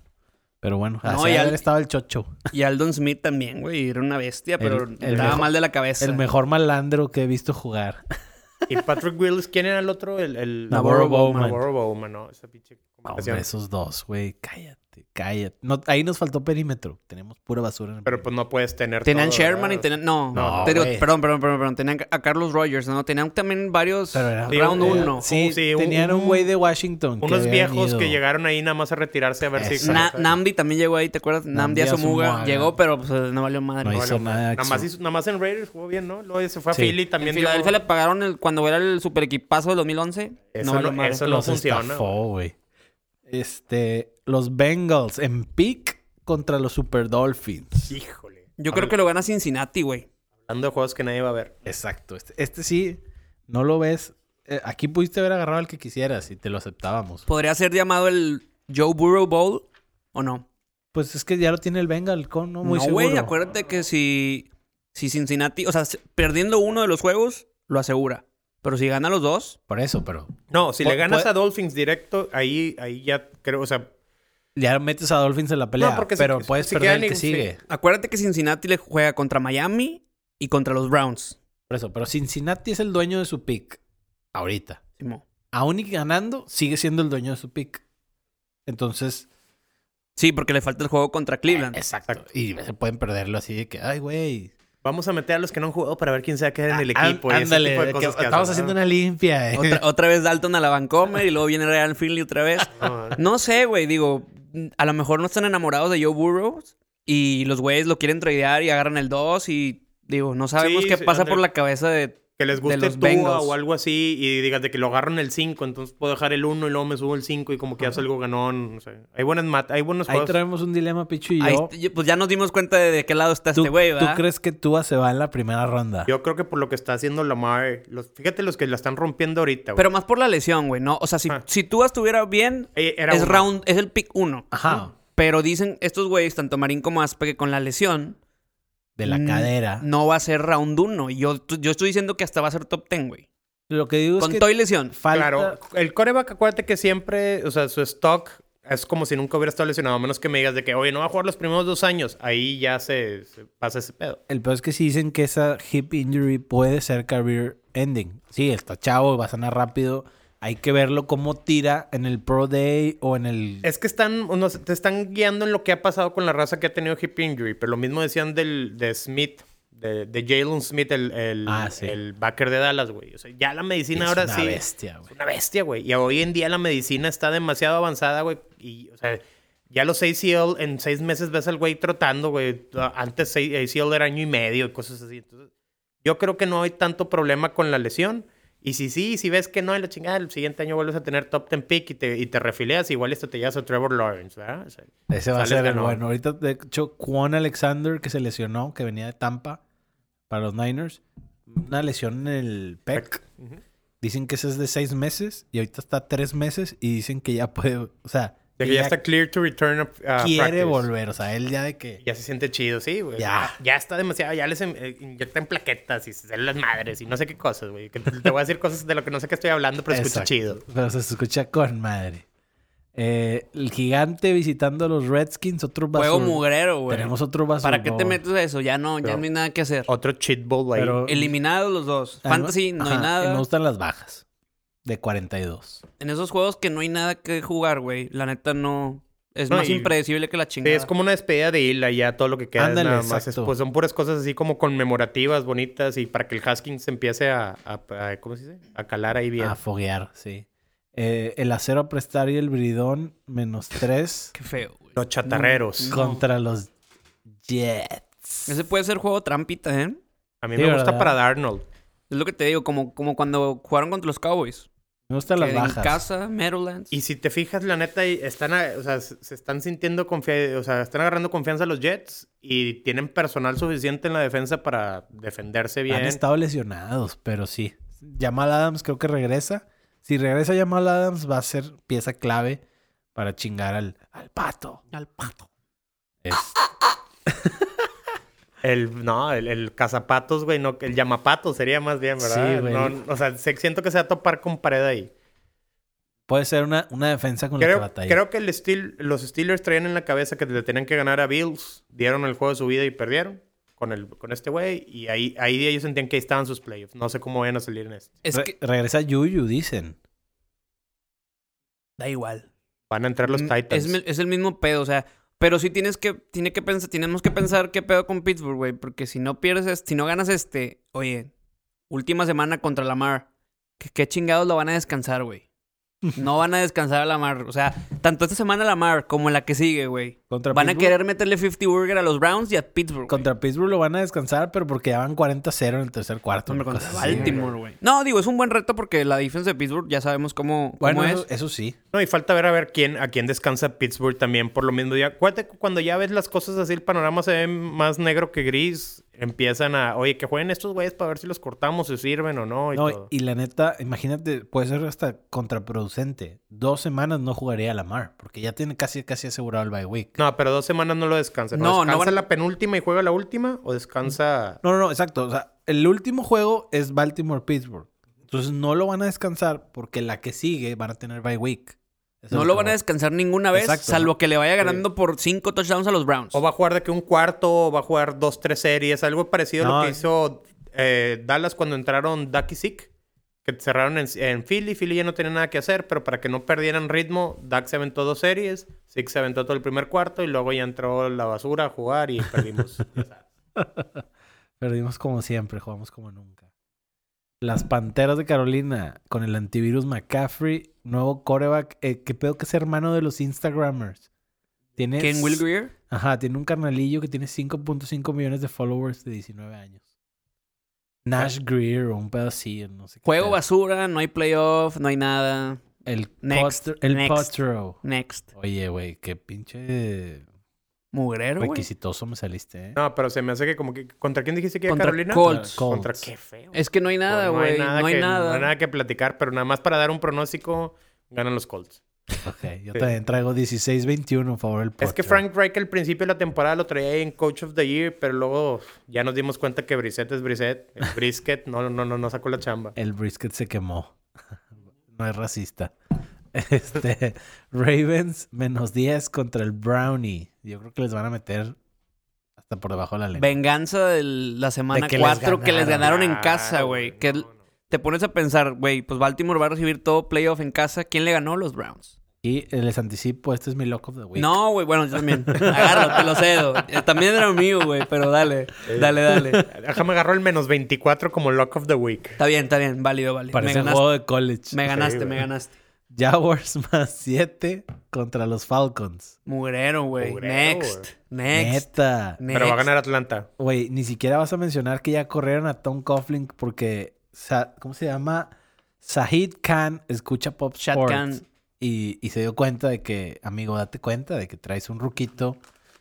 Pero bueno,
No,
así
y al-
estaba el chocho.
Y Aldon Smith también, güey. Era una bestia, pero
El- el
estaba
mejor-
mal de la cabeza.
El mejor malandro que he visto jugar.
Y Patrick Willis, ¿quién era el otro? El, el...
Navarro Bowman.
Navarro Bowman, ¿no? Esa pinche combinación.
Hombre, esos dos, güey. Cállate, cállate. No, ahí nos faltó perímetro. Tenemos pura basura en el
Pero pues no puedes tener
Tenían
todo,
Sherman
¿verdad?
y tenían. No,
No,
pero,
güey.
perdón, perdón, perdón, perdón. Tenían a Carlos Rogers, ¿no? Tenían también varios
Pero era-
round
era-
uno.
Eh, Sí,
Sí, pues, un-
tenían un güey de Washington. que
Unos
habían
viejos
ido.
que llegaron ahí nada más a retirarse a ver si...
Exacto.
Na-
o sea,
Namdi también llegó ahí, ¿te acuerdas? Namdi
Namdi
Asamoah
Asamoah.
llegó, pero pues no valió madre.
No
no
hizo
valió madre.
nada de
Nada más,
acción.
hizo- nada más en Raiders jugó bien, ¿no? Luego se fue a
Sí.
Philly
En
también.
Filadelfia
dio-
le pagaron el- cuando era el super equipazo del 2011.
Eso
no valió
no-
madre.
eso no
Los
funciona,
estafó, güey. Este, los Bengals en pick contra los Super Dolphins.
Híjole.
Yo creo que lo gana Cincinnati, güey.
Hablando de juegos que nadie va a ver.
Exacto. Este, este sí, no lo ves. Eh, aquí pudiste haber agarrado al que quisieras y te lo aceptábamos.
¿Podría ser llamado el Joe Burrow Bowl o no?
Pues es que ya lo tiene el Bengal, con, no muy
no,
seguro.
güey, acuérdate que si, si Cincinnati, o sea, si- perdiendo uno de los juegos, lo asegura. Pero si gana los dos,
Por eso, pero
No, si
Pu-
le ganas
puede-
a Dolphins directo, ahí, ahí ya creo, o sea...
ya metes a Dolphins en la pelea.
No, porque si-
pero
si-
puedes
si
perder el
quedan
que
en-
sigue.
acuérdate que Cincinnati le juega contra Miami y contra los Browns.
Por eso, pero Cincinnati es el dueño de su pick. Ahorita.
Simón.
Aún y ganando, sigue siendo el dueño de su pick. Entonces,
Sí, porque le falta el juego contra Cleveland.
Exacto. Y se pueden perderlo así de que, ay, güey.
Vamos a meter a los que no han jugado para ver quién se va a quedar en el
Ah,
equipo. y ese
Ándale,
tipo de
de que
cosas que
estamos
hacen,
haciendo
¿no?
una limpia. eh.
Otra, otra vez Dalton a la Vancomer y luego viene Real Finley otra vez.
No, no.
No sé, güey, digo, a lo mejor no están enamorados de Joe Burrow y los güeyes lo quieren tradear y agarran el 2 y digo, no sabemos
Sí,
qué
sí,
pasa por
ándale.
la cabeza de
Que les guste
los
Tua
Bengals.
o algo así y digas de que lo agarran el 5, entonces puedo dejar el 1 y luego me subo el 5 y como que hace algo ganón. no sé. hay, buenas mat hay buenos
Ahí
juegos.
traemos un dilema, Pichu y
Ahí
yo.
est- yo- pues ya nos dimos cuenta de, de qué lado está
¿Tú,
este güey,
tú
¿verdad?
crees que Tua se va en la primera ronda?
Yo creo que por lo que está haciendo Lamar, los, fíjate los que la están rompiendo ahorita. güey.
Pero más por la lesión, güey, ¿no? O sea, si,
Ah.
si tú estuviera bien,
Eh, era
es
uno.
round, es el pick 1.
Ajá.
Pero dicen estos güeyes, tanto Marín como Aspe, que con la lesión
De la
Mm,
cadera.
no va a ser round 1. Yo, tú- yo estoy diciendo que hasta va a ser top 10, güey.
Lo que digo es
Con
Pues que
todo y lesión.
falta...
Claro, el coreback, acuérdate que siempre, o sea, su stock es como si nunca hubiera estado lesionado, a menos que me digas de que, oye, no va a jugar los primeros dos años. Ahí ya se, se pasa ese pedo.
El peor es que si dicen que esa hip injury puede ser career ending. Sí, está chavo, va a sanar rápido. Hay que verlo cómo tira en el Pro Day o en el...
Es que están, o no sé, te están guiando en lo que ha pasado con la raza que ha tenido hip injury, pero lo mismo decían del, de Smith, de, de Jalen Smith, el, el,
Ah, sí.
el backer de Dallas, güey. O sea, ya la medicina
Es
ahora
una
sí.
bestia, güey.
Es una bestia, güey. Y hoy en día la medicina está demasiado avanzada, güey. Y, o sea, ya los ACL en seis meses ves al güey trotando, güey. Antes ACL era año y medio y cosas así. Entonces, yo creo que no hay tanto problema con la lesión. Y si sí, si ves que no, en la chingada, el siguiente año vuelves a tener top 10 pick y te, y te refileas, igual esto te llevas a Trevor Lawrence, ¿verdad? O sea,
Ese va a
Sales
ser el
ganón.
bueno. Ahorita, de hecho, Juan Alexander, que se lesionó, que venía de Tampa para los Niners, una lesión en el PEC.
Ujú.
Dicen que ese es de seis meses y ahorita está tres meses y dicen que ya puede, o sea,
de que ya está clear to return a, a
quiere
practice.
volver. O sea, él ya de que
Ya se siente chido, sí, güey.
Ya.
Ya. ya está demasiado, ya les en- eh, inyectan plaquetas y células madres y no sé qué cosas, güey. Que Te te voy a decir cosas de lo que no sé qué estoy hablando, pero escucha
Exacto.
chido.
Pero se escucha con madre. Eh, el gigante visitando a los Redskins, otro basur.
Juego mugrero, güey.
Tenemos otro basur.
¿Para qué te metes a eso? Ya no, ya
Pero-
no hay nada que hacer.
Otro cheatball ahí.
Pero-
Eliminados los dos.
A mí-
Fantasy, no hay
Ajá, y
nada.
Me gustan las bajas de 42.
En esos juegos que no hay nada que jugar, güey. La neta no. Es
No,
más
y-
impredecible que la
Sí,
chingada.
es como una despedida de Hila y ya todo lo que queda es
Ándale,
nada más. Es-
exacto.
pues son puras cosas así como conmemorativas, bonitas y para que el Haskins se empiece a, a- a- ¿cómo se dice? A calar ahí bien.
A foguear, sí. Eh, el acero a prestar y el bridón, menos 3
Qué feo, güey.
Los chatarreros.
No.
contra los Jets.
Ese puede ser juego trampita, ¿eh?
A mí
Sí,
me gusta
¿verdad?
para Darnold.
Es lo que te digo, como, como cuando jugaron contra los Cowboys.
Me gustan
Que
las
en
bajas.
casa, Meadowlands.
Y si te fijas, la neta, y están, a- o sea, se se están sintiendo confianza, o sea, están agarrando confianza los Jets y tienen personal suficiente en la defensa para defenderse bien.
Han estado lesionados, pero sí. Jamal Adams creo que regresa. Si regresa Jamal Adams, va a ser pieza clave para chingar al, al pato.
Al pato.
Es-
El, no, el, el cazapatos, güey, no, el llamapato sería más bien, ¿verdad?
Sí, güey.
No, o sea, se- siento que se va a topar con pared ahí.
Puede ser una, una defensa con la que
Creo,
batalla.
creo que el Steel- los Steelers traían en la cabeza que le tenían que ganar a Bills. Dieron el juego de su vida y perdieron con, el, con este güey. Y ahí, ahí ellos sentían que ahí estaban sus playoffs. No sé cómo vayan a salir en este.
Es
Re-
que
Regresa Yuyu, dicen.
da igual.
Van a entrar los
Mm,
Titans.
Es, mi- es el mismo pedo, o sea, pero sí tienes que, tiene que pensar, tenemos que pensar qué pedo con Pittsburgh, güey, porque si no pierdes, este- si no ganas este, oye, última semana contra Lamar, ¿qué, qué chingados lo van a descansar, güey? No van a descansar a Lamar, o sea, tanto esta semana Lamar como la que sigue, güey.
Contra
Van a
Pittsburgh-
querer meterle 50 burger a los Browns y a Pittsburgh. güey.
Contra Pittsburgh lo van a descansar, pero porque ya van 40-0 en el tercer cuarto.
Hombre,
una
contra
cosa así, güey.
Baltimore, güey. No, digo, es un buen reto porque la defensa de Pittsburgh ya sabemos cómo, cómo
Bueno,
es.
eso, eso sí.
No, y falta ver a ver quién, a quién descansa Pittsburgh también por lo mismo. Ya, acuérdate que cuando ya ves las cosas así, el panorama se ve más negro que gris. Empiezan a, oye, que jueguen estos güeyes para ver si los cortamos, si sirven o no. Y
No,
todo.
y la neta, imagínate, puede ser hasta contraproducente. Dos semanas no jugaría a Lamar, porque ya tiene casi, casi asegurado el bye week.
No, pero dos semanas no lo descansan.
No,
No,
no
¿Descansa
van-
la penúltima y juega la última? ¿O descansa...?
No, no, no, exacto. O sea, el último juego es Baltimore-Pittsburgh. Entonces no lo van a descansar porque la que sigue van a tener bye week. Eso
No
es
lo
que
van a
voy.
descansar ninguna vez,
Exacto,
salvo
¿no?
que le vaya ganando por cinco touchdowns a los Browns.
¿O va a jugar de que un cuarto? ¿O va a jugar dos, tres series? Algo parecido a
No.
lo que hizo eh, Dallas cuando entraron Dak y Sick. Que cerraron en, en Philly. Philly ya no tenía nada que hacer, pero para que no perdieran ritmo, Dak se aventó dos series. Sick se aventó todo el primer cuarto y luego ya entró la basura a jugar y perdimos. O sea,
Perdimos como siempre, jugamos como nunca. Las Panteras de Carolina con el antivirus McCaffrey, nuevo coreback. eh, ¿Qué pedo que es hermano de los Instagrammers? Tiene
Ken Will Greer.
Ajá, tiene un carnalillo que tiene 5.5 millones de followers de 19 años. Nash Greer o un pedacillo, no sé qué.
Juego
pedo.
basura, no hay playoff, no hay nada.
El,
Next,
Potter- el
next.
Potro.
Next.
Oye, güey, qué pinche
Mugrero, güey.
requisitoso me saliste, ¿eh?
no, pero se me hace que como que... ¿Contra quién dijiste que iba
Contra
Carolina?
Colts.
Col-
Contra
Colts.
qué feo.
Es que no hay nada, güey. No hay nada.
que, no hay nada que platicar, pero nada más para dar un pronóstico, ganan los Colts.
Ok, yo también traigo 16-21 a favor del Potro.
Es que Frank Reich al principio de la temporada lo traía en Coach of the Year, pero luego ya nos dimos cuenta que Brissette es Brissette. El brisket no, no, no, no sacó la chamba.
El brisket se quemó. no es racista. Este, Ravens menos 10 contra el Brownie. Yo creo que les van a meter hasta por debajo de la lengua.
Venganza de la semana
De que les
4 que les
ganaron.
ganaron en casa, güey. Que
Ah, No, no.
te pones a pensar, güey, pues Baltimore va a recibir todo playoff en casa. ¿Quién le ganó? Los Browns.
Y les anticipo, este es mi lock of the week.
No, güey, bueno, yo también. Agárralo, te lo cedo. Eh, También era mío, güey, pero dale. Dale, dale.
Ajá, me agarró el menos 24 como Lock of the Week.
Está bien, está bien. Válido, válido. Me
Parece un
ganaste,
juego de college.
me ganaste,
güey.
me ganaste.
Jaguars más 7 contra los Falcons.
Mugrero, güey.
Mugrero,
Next. Next.
Neta.
Pero va a
Next.
ganar Atlanta.
Güey, ni siquiera vas a mencionar que ya corrieron a Tom Coughlin porque... Sa- ¿Cómo se llama? Sahid Khan escucha Pop
Shad
Sports
Khan.
Y, y se dio cuenta de que, amigo, date cuenta de que traes un ruquito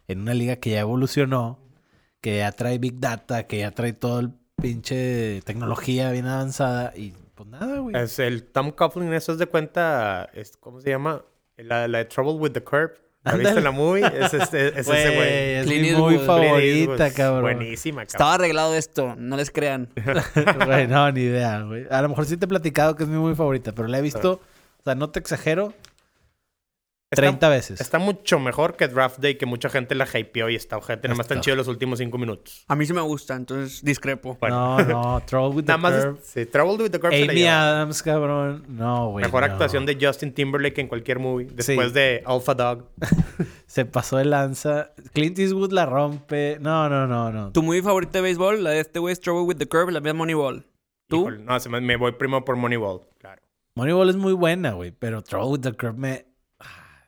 en una liga que ya evolucionó, que ya trae Big Data, que ya trae todo el pinche tecnología bien avanzada y pues nada, güey.
Es el Tom Coughlin, eso es de cuenta, es- ¿cómo se llama? La, la de Trouble with the Curve. ¿La viste en la movie? Es, este- es ese güey.
Es
Clint
mi
Eastwood.
muy
Clint
favorita,
Clint Eastwood.
cabrón.
Buenísima, cabrón.
Estaba arreglado esto, no les crean.
Güey, no, ni idea, güey. A lo mejor sí te he platicado que es mi muy favorita, pero la he visto, o sea, no te exagero,
Está-
30 veces.
Está mucho mejor que Draft Day, que mucha gente la hypeó y esta gente nada más tan
Está.
chido los últimos cinco minutos.
A mí sí me gusta, entonces discrepo.
Bueno.
No, no, Trouble with the
Nada más
Curve.
es- sí, Trouble with the Curve se la
Amy
lleva.
Adams, cabrón. No, güey.
Mejor
no.
actuación de Justin Timberlake en cualquier movie. Después
Sí.
de Alpha Dog.
Se pasó de lanza. Clint Eastwood la rompe. No, no, no, no.
Tu movie favorita de béisbol, la de este güey, es Trouble with the Curve, la mía es Moneyball. ¿Tú?
Híjole, no, se me, me voy primo por Moneyball. Claro.
Moneyball es muy buena, güey. Pero Trouble with the Curve me...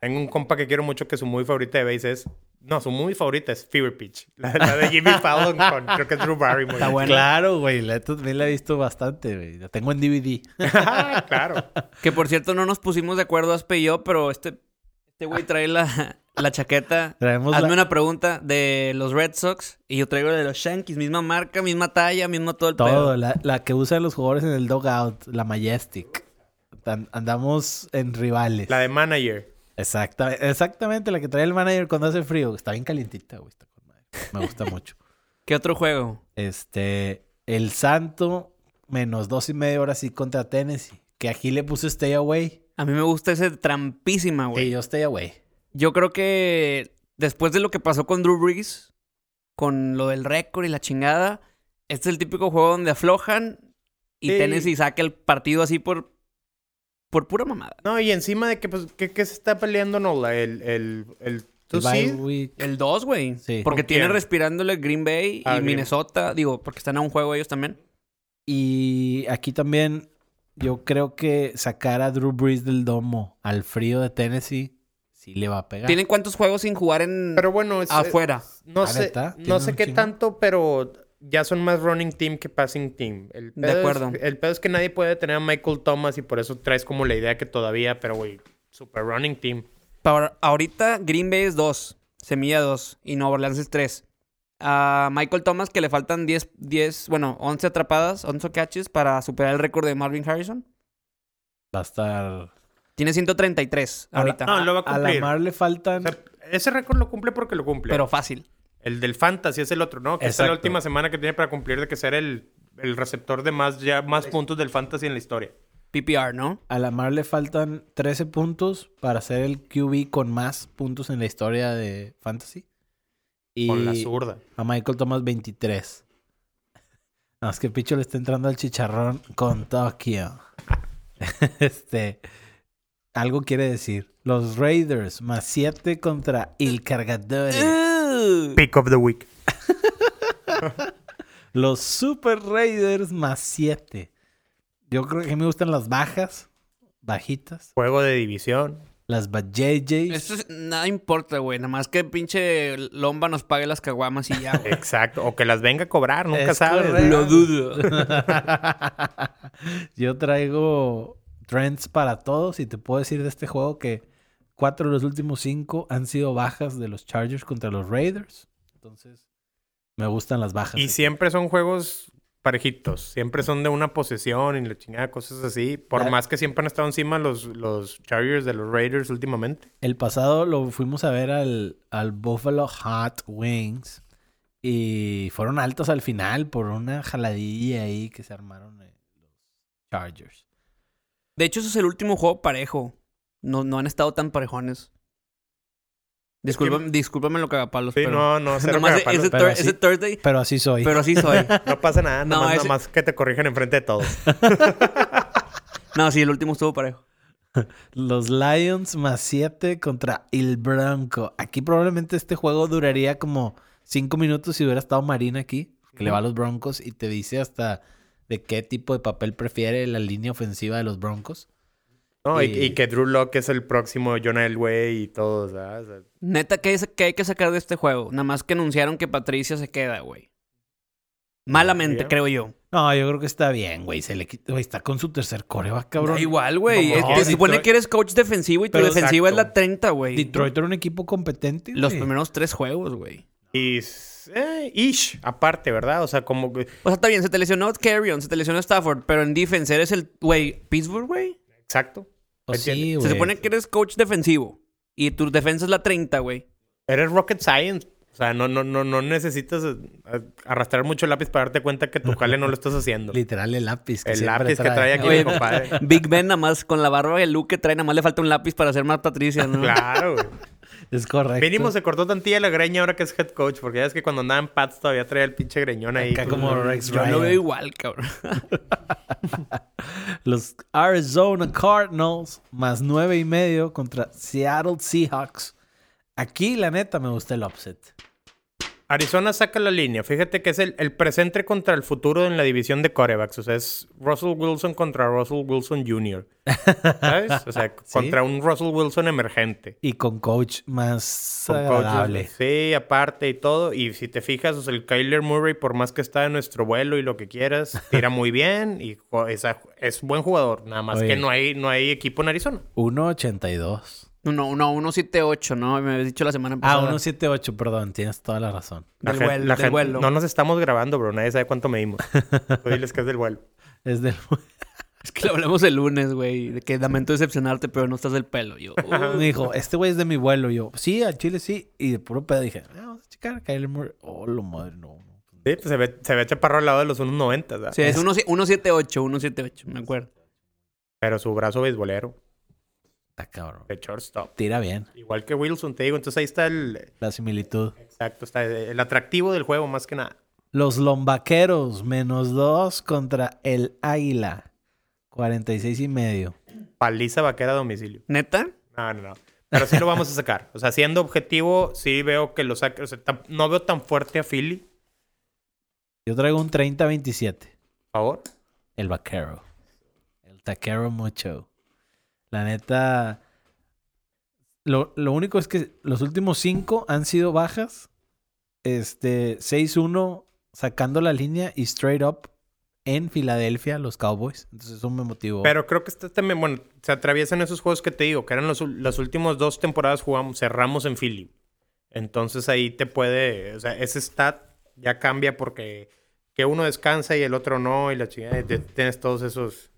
Tengo un compa que quiero mucho que su movie favorita de base es. No, su movie favorita es Fever Pitch. La, la de Jimmy Fallon con creo que es Drew Barrymore.
Está buena.
Claro, güey. La, también la he visto bastante, güey. La tengo en DVD.
Ah, claro.
Que por cierto no nos pusimos de acuerdo Aspe y yo, pero este este güey trae la, la chaqueta.
Traemos
Hazme
la-
una pregunta de los Red Sox y yo traigo la de los Yankees, misma marca, misma talla, mismo todo el
Todo.
pedo.
La, la que usan los jugadores en el dogout. La Majestic. Tan- andamos en rivales.
La de Manager.
Exacta- exactamente la que trae el manager cuando hace frío. Está bien calientita, güey. Está con madre. Me gusta mucho.
¿Qué otro juego?
Este, el Santo, menos dos y media horas sí contra Tennessee. Que aquí le puse stay away.
A mí me gusta ese trampísima,
Ah,
güey.
Y yo stay away.
Yo creo que después de lo que pasó con Drew Brees, con lo del récord y la chingada, este es el típico juego donde aflojan y
Sí.
Tennessee saca el partido así por, por pura mamada.
No, y encima de que, pues, ¿qué, qué se está peleando Nola? El, el, el,
El
¿tú
bye
sí?
week.
El 2, güey.
Sí.
Porque
¿Con
tiene
quién?
respirándole Green Bay
Ah,
y
Green.
Minnesota. Digo, porque están a un juego ellos también.
Y aquí también yo creo que sacar a Drew Brees del domo al frío de Tennessee sí le va a pegar.
¿Tienen cuántos juegos sin jugar en
Pero pues, bueno, es,
afuera?
no
Ah,
sé,
¿neta?
no
Tienen
sé
un
qué
chingo.
tanto, pero ya son más running team que passing team. El
De
pedo es-
acuerdo.
el pedo es que nadie puede tener a Michael Thomas y por eso traes como la idea que todavía, pero güey, super running team.
Para- ahorita Green Bay es 2, Semilla 2 y Nueva Orleans es 3. A Michael Thomas que le faltan 10, 10, bueno, 11 atrapadas, 11 catches para superar el récord de Marvin Harrison.
Va a estar...
Tiene 133 ahorita,
No, lo va a
A
cumplir.
Lamar le
O
faltan...
sea, ese récord lo cumple porque lo cumple.
pero fácil.
El del fantasy es el otro, ¿no? Que esa es la
Exacto.
última semana que tiene para cumplir de que ser el, el receptor de más, ya, más puntos del fantasy en la historia.
PPR, ¿no?
A Lamar le faltan 13 puntos para ser el QB con más puntos en la historia de Fantasy. Y
Con la zurda.
a Michael Thomas 23. No, es que Picho le está entrando al chicharrón con Tokio. este. Algo quiere decir. Los Raiders más 7 contra el cargador.
Uh,
Pick of the week.
Los Super Raiders más 7. Yo creo que me gustan las bajas. Bajitas.
Juego de división.
Las bajejes.
Esto es- nada importa, güey. Nada más que pinche Lomba nos pague las caguamas y ya, güey.
Exacto. O que las venga a cobrar, nunca
Es
sabes.
correcto.
Lo dudo.
Yo traigo trends para todos y te puedo decir de este juego que cuatro de los últimos cinco han sido bajas de los Chargers contra los Raiders. Entonces, me gustan las bajas.
Y siempre son juegos parejitos. Siempre son de una posesión y la chingada, cosas así. Por
Ah.
Ya.
más que siempre han estado encima los, los Chargers de los Raiders últimamente.
El pasado lo fuimos a ver al, al Buffalo Hot Wings y fueron altas al final por una jaladilla ahí que se armaron eh, los Chargers.
De hecho, ese es el último juego parejo. No, no han estado tan parejones. Discúlpame, discúlpame lo cagapalos,
Sí,
pero...
no, no. cero
Nomás
cagapalos.
ese,
pero
thur-
sí.
ese Thursday,
Pero así soy.
pero sí soy.
No pasa nada.
No,
nomás,
ese-
nomás que te corrijan enfrente de todos.
No, sí, el último estuvo parejo.
Los Lions más 7 contra el Bronco. Aquí probablemente este juego duraría como 5 minutos si hubiera estado Marina aquí, que le va a los Broncos y te dice hasta de qué tipo de papel prefiere la línea ofensiva de los Broncos.
No, y,
Y-
y que Drew Locke es el próximo John Elway y todos, ¿sabes? O sea,
Neta, ¿qué, es- qué hay que sacar de este juego? Nada más que anunciaron que Patricia se queda, güey. Malamente,
Ya.
creo yo.
No, yo creo que está bien, güey. Se le quita- güey, está con su tercer coreback, cabrón.
Da igual, güey.
No,
Es-
no,
te supone
Detroit-
que eres coach defensivo y tu
Pero
defensiva es
exacto.
la 30, güey.
Detroit era un equipo competente.
Los
güey.
primeros tres juegos, güey.
Y. s- eh, ish, aparte, ¿verdad? O sea, como. que-
O sea, está bien, se te lesionó Carrion, se te lesionó Stafford, pero en defense eres el... Güey, Pittsburgh, güey.
Exacto.
Pues sí,
Se
güey.
supone que eres coach defensivo y tu defensa es la 30, güey.
Eres rocket science. O sea, no, no, no, no necesitas eh, arrastrar mucho el lápiz para darte cuenta que tu jale no lo estás haciendo.
Literal el lápiz.
el
siempre
lápiz que trae aquí
Oye,
mi compadre.
Big Ben nada más con la barba y el look que trae, nada más le falta un lápiz para ser más Patricia, ¿no?
Claro, güey.
Es correcto.
Mínimo se cortó tantilla la greña ahora que es head coach, porque ya es que cuando andaba en Pats todavía traía el pinche greñón ahí.
Acá como Rex
Yo lo
Ryan.
veo igual, cabrón.
Los Arizona Cardinals más nueve y medio contra Seattle Seahawks. Aquí, la neta, me gusta el upset.
Arizona saca la línea. Fíjate que es el, el presente contra el futuro en la división de corebacks. O sea, es Russell Wilson contra Russell Wilson Jr. ¿Sabes? O sea, contra un Russell Wilson emergente.
Y con coach más
Con coaches,
agradable.
Sí, aparte y todo. Y si te fijas, o sea, el Kyler Murray, por más que está en nuestro vuelo y lo que quieras, tira muy bien y jo- es, a- es buen jugador. Nada más
Oye.
que no hay, no hay equipo en Arizona.
1.82.
No, no, 178, ¿no? Me habías dicho la semana
Ah,
pasada.
1.78, perdón. Tienes toda la razón.
La
Del
gen-
vuelo,
la
del
gen-
vuelo.
No nos estamos grabando, bro. Nadie sabe cuánto medimos. Tú diles que es del vuelo.
Es del...
Es que lo hablamos el lunes, güey. De que lamento decepcionarte, pero no estás del pelo. Yo, uh,
Me dijo, este güey es de mi vuelo. Yo, sí, al Chile sí. Y de puro pedo dije, "Ah, vamos a checar. Kyler Murray. Oh, lo madre, no. no,
Sí,
pues
pues se ve, se ve chaparro al lado de los 1.90, ¿verdad?
Sí, es 178, 178, me acuerdo.
Pero su brazo beisbolero,
Está cabrón.
de shortstop.
Tira bien.
Igual que Wilson, te digo. Entonces ahí está el...
La similitud.
Exacto, está el atractivo del juego más que nada.
Los lombaqueros, menos dos contra el águila. 46 y medio.
Paliza vaquera a domicilio.
¿Neta?
No, no, no. Pero sí lo vamos a sacar. O sea, siendo objetivo, sí veo que lo saque. O sea, tam- no veo tan fuerte a Philly.
Yo traigo un 30-27.
Por favor.
El vaquero. El taquero mucho. La neta. Lo, lo único es que los últimos cinco han sido bajas. Este, 6-1 sacando la línea y straight up en Filadelfia, los Cowboys. Entonces eso me motivó.
Pero creo que este también, bueno, se atraviesan esos juegos que te digo, que eran los, ul- las últimas dos temporadas jugamos, cerramos en Philly. Entonces ahí te puede, o sea, ese stat ya cambia porque que uno descansa y el otro no, y la chingada, y te- tienes todos esos,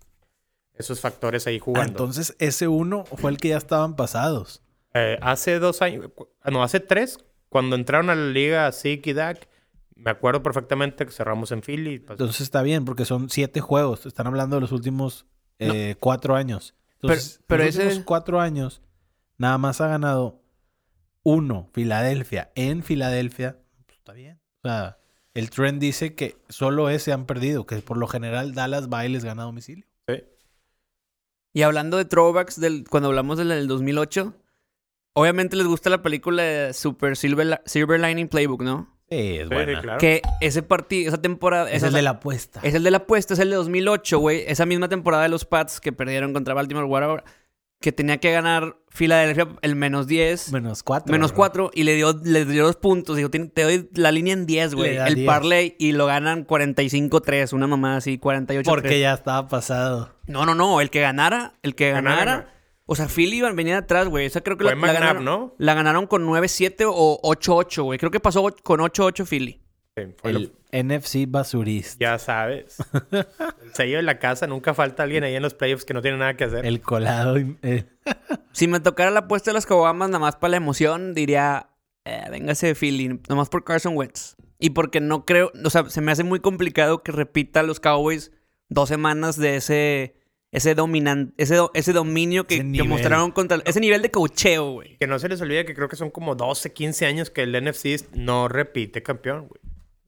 esos factores ahí
Ah,
jugando.
entonces ese uno fue el que ya estaban pasados.
Eh, hace dos años, cu- ah, no, hace tres, cuando entraron a la liga Zeke y Dak, me acuerdo perfectamente que cerramos en Philly. pues,
Entonces está bien, porque son siete juegos. Están hablando de los últimos eh, cuatro años. Entonces,
Pero- pero
los últimos
ese-
cuatro años nada más ha ganado uno, Filadelfia, en Filadelfia. Pues, está bien. O sea, el trend dice que solo ese han perdido, que por lo general Dallas va y les gana a domicilio.
Y hablando de throwbacks, del, cuando hablamos del, del 2008, obviamente les gusta la película de Super Silver, Li- Silver Lining Playbook, ¿no?
Sí, es
sí,
buena.
sí, claro.
Que ese partido, esa temporada...
Es
esa-
el de la apuesta.
Es el de la apuesta, es el de 2008, güey. Esa misma temporada de los Pats que perdieron contra Baltimore, whatever, que tenía que ganar Filadelfia el menos 10,
Menos cuatro.
menos
¿verdad?
4, y le dio, le dio dos puntos. Dijo, "Tien- te doy la línea en 10, güey.
Le da
El
10.
parlay, y lo ganan 45-3, una mamá así, 48-3.
Porque ya estaba pasado.
No, no, no. El que ganara, el que
Ganara,
ganara.
ganara.
O sea, Philly iba- venía atrás, güey. Esa creo que
Fue
la, la
McNabb,
ganaron,
¿no?
la ganaron con 9-7 o 8-8, güey. Creo que pasó o- con 8-8 Philly.
sí, fue lo-
El NFC basurista.
Ya sabes. El sello de la casa, nunca falta alguien ahí en los playoffs que no tiene nada que hacer.
El colado. y- eh,
Si me tocara la apuesta de las Caguamas, nada más para la emoción, diría, eh, véngase de Philly, nada más por Carson Wentz. Y porque no creo, o sea, se me hace muy complicado que repita los Cowboys dos semanas de ese ese dominan, ese, do- ese dominio que,
Ese
que
nivel.
mostraron contra ese nivel de cocheo, güey.
Que no se les olvide que creo que son como 12, 15 años que el NFC no repite campeón, güey.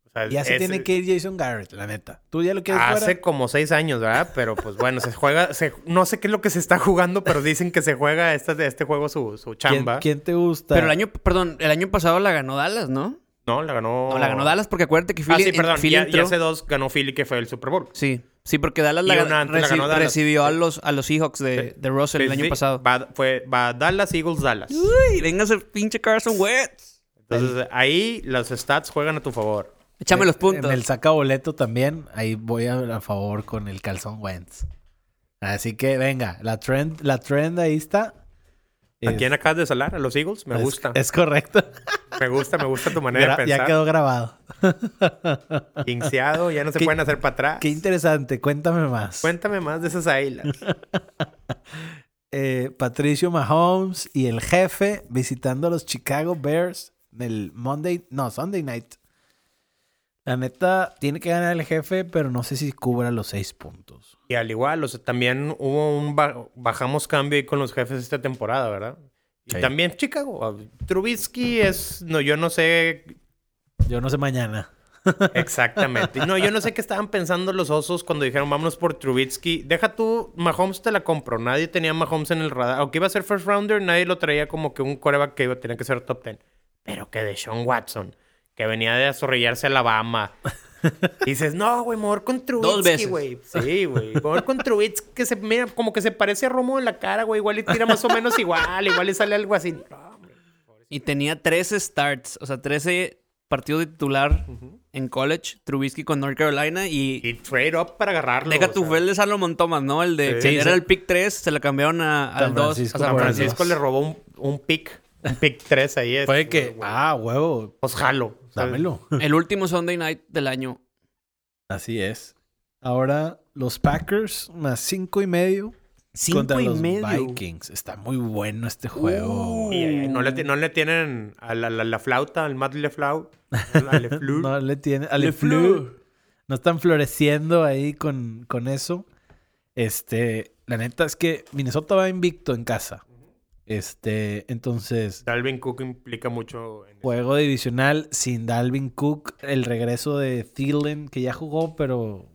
O sea,
ya se
es-
tiene que ir Jason Garrett, la neta. Tú ya lo quieres
Hace
fuera?
como 6 años, ¿verdad? Pero pues bueno, se juega... se- no sé qué es lo que se está jugando, pero dicen que se juega este, este juego su, su
¿Quién-
chamba.
¿Quién, te gusta?
Pero el año, perdón, el año pasado la ganó Dallas, ¿no?
No, la ganó...
No, la ganó Dallas porque acuérdate que
Ah,
Philly,
sí,
en-
perdón.
Philly
ya,
entró.
ya hace dos ganó Philly, que fue el Super Bowl.
Sí, sí, porque Dallas la,
Y
gan-
una antes la
reci-
ganó Dallas.
recibió a los, a los Seahawks de, de Russell el
Sí,
año
sí,
pasado.
Va, fue, va Dallas, Eagles, Dallas.
Uy, véngase pinche Carson Wentz.
Entonces, ahí los stats juegan a tu favor.
Échame los puntos.
En el saca boleto también, ahí voy a, a favor con el calzón Wentz. Así que venga, la trend, la trend ahí está.
¿A
Es-
quién acabas de salar? ¿A los Eagles? Me
Este, es-
gusta.
Es correcto.
Me gusta, me gusta tu manera de
Gra- ya
pensar. Ah,
quedó grabado.
Quinceado, ya no se
Qué-
pueden hacer para atrás.
Qué interesante, cuéntame más.
Cuéntame más de esas águilas.
Eh, Patricio Mahomes y el jefe visitando a los Chicago Bears en el Monday, no, Sunday night. La neta, tiene que ganar el jefe, pero no sé si cubra los seis puntos.
Y al igual, o sea, también hubo un ba- bajamos cambio ahí con los jefes esta temporada, ¿verdad? Y
Sí.
también Chicago. ah, Trubisky es, no, yo no sé
Yo no sé mañana.
exactamente. No, yo no sé qué estaban pensando los osos cuando dijeron vámonos por Trubisky. Deja tú, Mahomes te la compro. Nadie tenía a Mahomes en el radar. Aunque iba a ser first rounder, nadie lo traía como que un coreback que iba a tener que ser top ten. Pero que de Sean Watson, que venía de azorrillarse a Alabama. Dices, no, güey, mejor con
Dos
Trubisky,
veces.
güey. Sí, güey. Mejor con Trubisky, que se mira como que se parece a Romo en la cara, güey. Igual le tira más o menos igual, igual le sale algo así. No, hombre.
Y tenía 13 starts, o sea, 13 partidos de titular en college. Trubisky con North Carolina y...
Y trade up para agarrarlo.
Deja
o
tu
sea.
fue el de Salomón Thomas, ¿no? El de que
Sí, sí.
era el pick 3, se lo cambiaron a- al
San
2, a
Francisco,
San
San
Por
Francisco
Francisco.
le robó un, un pick, un pick 3 ahí. este,
Puede que,
güey.
ah, huevo,
Pues jalo. ¿sabes?
dámelo.
El último Sunday night del año.
Así es. Ahora los Packers más cinco y medio
Cinco
contra
y
los
medio.
Vikings. Está muy bueno este juego.
Uh.
Y, eh, no, le, ti- no le tienen a la, la- la flauta, al Matt LeFlau, al LeFleur.
No le tiene. a
Le
Le
Fleur.
Fleur. No están floreciendo ahí con, con eso. Este, la neta es que Minnesota va invicto en casa. Este, entonces,
Dalvin Cook implica mucho en eso.
juego divisional sin Dalvin Cook. El regreso de Thielen, que ya jugó, pero.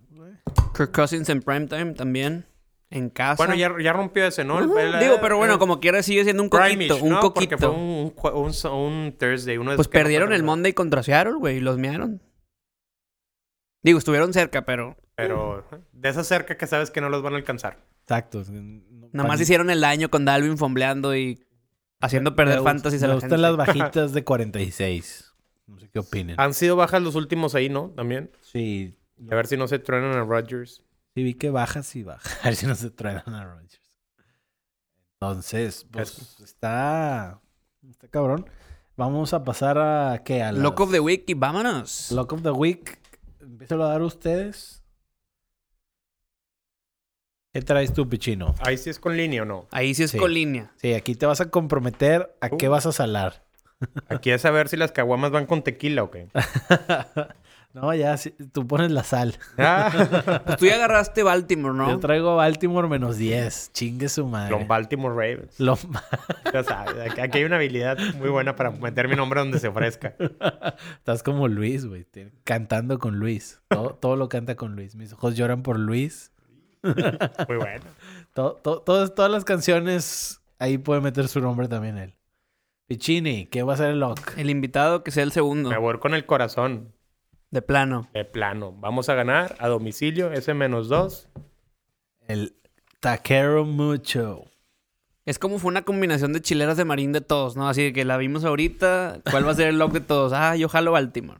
Kirk Cousins en primetime también. En casa.
Bueno, ya, ya rompió ese, ¿no? El-
Ujú.
el-
Digo, pero bueno,
el-
como quiera sigue siendo un
Prime-ish,
coquito. Un
¿no? Porque fue
coquito.
un, un jue- un so- un Thursday. Uno de
Pues
esos que no
perdieron
pasa
el
nada.
Monday contra Seattle, güey, y los mearon. Digo, estuvieron cerca, pero
Pero eh, de esa cerca que sabes que no los van a alcanzar.
Exacto.
nada más hicieron el daño con Dalvin fombleando y haciendo perder fantasy a
Me
la gente.
gustan las bajitas de 46. No sé qué opinen.
Ah.
Han sido bajas los últimos ahí, ¿no? También.
Sí,
A ver si no se truenan a Rodgers.
Sí, vi que baja, sí baja. A ver si no se truenan a Rodgers. Entonces, pues está. Está cabrón. Vamos a pasar a qué? A las-
Lock of the Week y vámonos.
Lock of the Week. Empiezan a dar ustedes. ¿Qué traes tú, Pichino?
Ahí sí es con línea o no.
Ahí sí es
Sí.
con línea.
Sí, aquí te vas a comprometer a
Uh.
qué vas a salar.
Aquí es a ver si las caguamas van con tequila o qué.
no, ya, sí, tú pones la sal.
Ah,
Pues tú ya agarraste Baltimore,
Yo
¿no?
traigo Baltimore menos 10. Chingue su madre.
los Baltimore Ravens.
Lombardo.
Ya sabes, aquí- aquí hay una habilidad muy buena para meter mi nombre donde se ofrezca.
Estás como Luis, güey. te- Cantando con Luis. Todo, todo lo canta con Luis. Mis ojos lloran por Luis.
Muy bueno.
To- to- todas, todas las canciones, ahí puede meter su nombre también él. Pichini, ¿qué va a ser el lock?
El invitado que sea el segundo,
Me voy con el corazón.
de plano.
De plano. Vamos a ganar a domicilio. Ese menos dos.
El Taquero Mucho.
Es como fue una combinación de chileras de marín de todos, ¿no? Así de que la vimos ahorita. ¿Cuál va a ser el lock de todos? Ah, yo jalo Baltimore.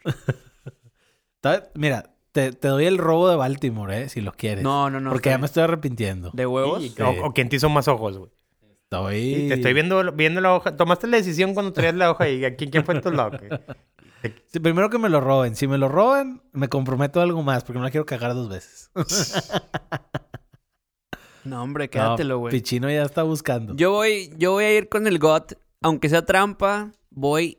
Ta- Mira, te, te doy el robo de Baltimore, eh, si lo quieres.
No, no, no.
Porque
está
ya me estoy arrepintiendo.
bien. ¿De huevos?
O, o quien te hizo más ojos, güey.
Estoy...
Te estoy viendo, viendo la hoja. Tomaste la decisión cuando traías la hoja y aquí quién fue tu lock.
Sí, primero que me lo roben. Si me lo roban, me comprometo a algo más porque no la quiero cagar dos veces.
No, hombre, quédatelo,
No,
güey.
Pichino ya está buscando.
Yo voy, yo voy a ir con el GOT. Aunque sea trampa, voy.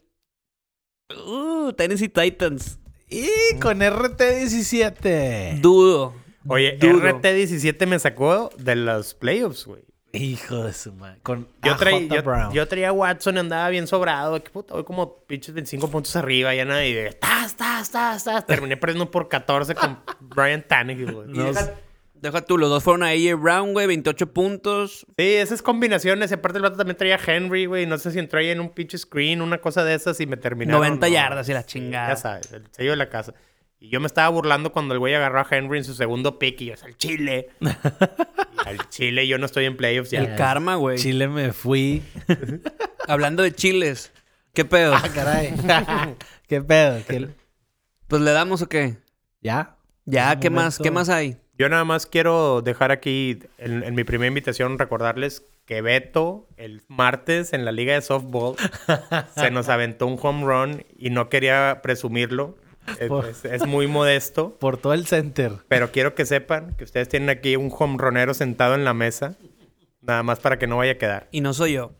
Uh, Tennessee Titans.
Y con RT17.
Dudo.
Oye,
Dudo.
RT17 me sacó de los playoffs, güey.
Hijo de su madre. Con
Yo,
AJ
traí- yo-
Brown.
yo traía a Watson, andaba bien sobrado. Qué puta, voy como pinches 25 puntos arriba, ya nadie. Tas, tas, tas, tas. Terminé perdiendo por 14 con Brian Tannehill, güey.
Y deja, deja tú, los dos fueron a AJ Brown, güey, 28 puntos.
Sí, esas combinaciones. y Aparte, el vato también traía a Henry, güey. No sé si entró ahí en un pinche screen, una cosa de esas, y me terminaron.
90
no,
yardas y la chingada.
Ya sabes, el sello de la casa. Y yo me estaba burlando cuando el güey agarró a Henry en su segundo pick y yo, es al chile. Y al chile, yo no estoy en playoffs ya.
El karma, güey.
Chile me fui.
Hablando de chiles. ¿Qué pedo?
Ah.
Ah,
Caray. ¿Qué pedo? ¿Qué-
Pues le damos o qué?
¿Ya?
Ya,
Un
¿qué más?
momento.
¿Qué más hay?
Yo nada más quiero dejar aquí, en, en mi primera invitación, recordarles que Beto, el martes en la liga de softball, se nos aventó un home run y no quería presumirlo. Es-
Por-
es- es muy modesto.
Por todo el center.
Pero quiero que sepan que ustedes tienen aquí un jonronero sentado en la mesa. Nada más para que no vaya a quedar.
Y no soy yo.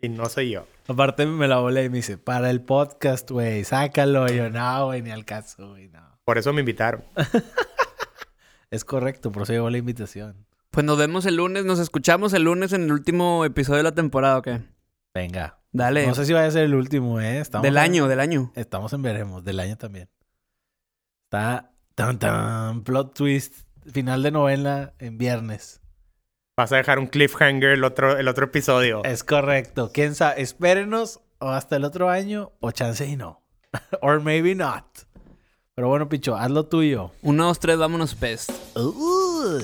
Y no soy yo.
Aparte me la volé y me dice, para el podcast, güey, sácalo. Y yo, no, güey, ni al caso, güey, no.
Por eso me invitaron.
Es correcto, por eso llevó la invitación.
Pues nos vemos el lunes, nos escuchamos el lunes en el último episodio de la temporada, ¿o qué?
Venga.
Dale.
No sé si vaya a ser el último, ¿eh? Estamos
del
en-
año, del año.
Estamos en veremos, del año también. Está tan tan plot twist, final de novela en viernes.
Vas a dejar un cliffhanger el otro, el otro episodio.
Es correcto. Quién sabe, espérenos o hasta el otro año o chance y no. Or maybe not. Pero bueno, Picho, haz lo tuyo.
pues. Uno, dos, tres, vámonos, pest.
Uy.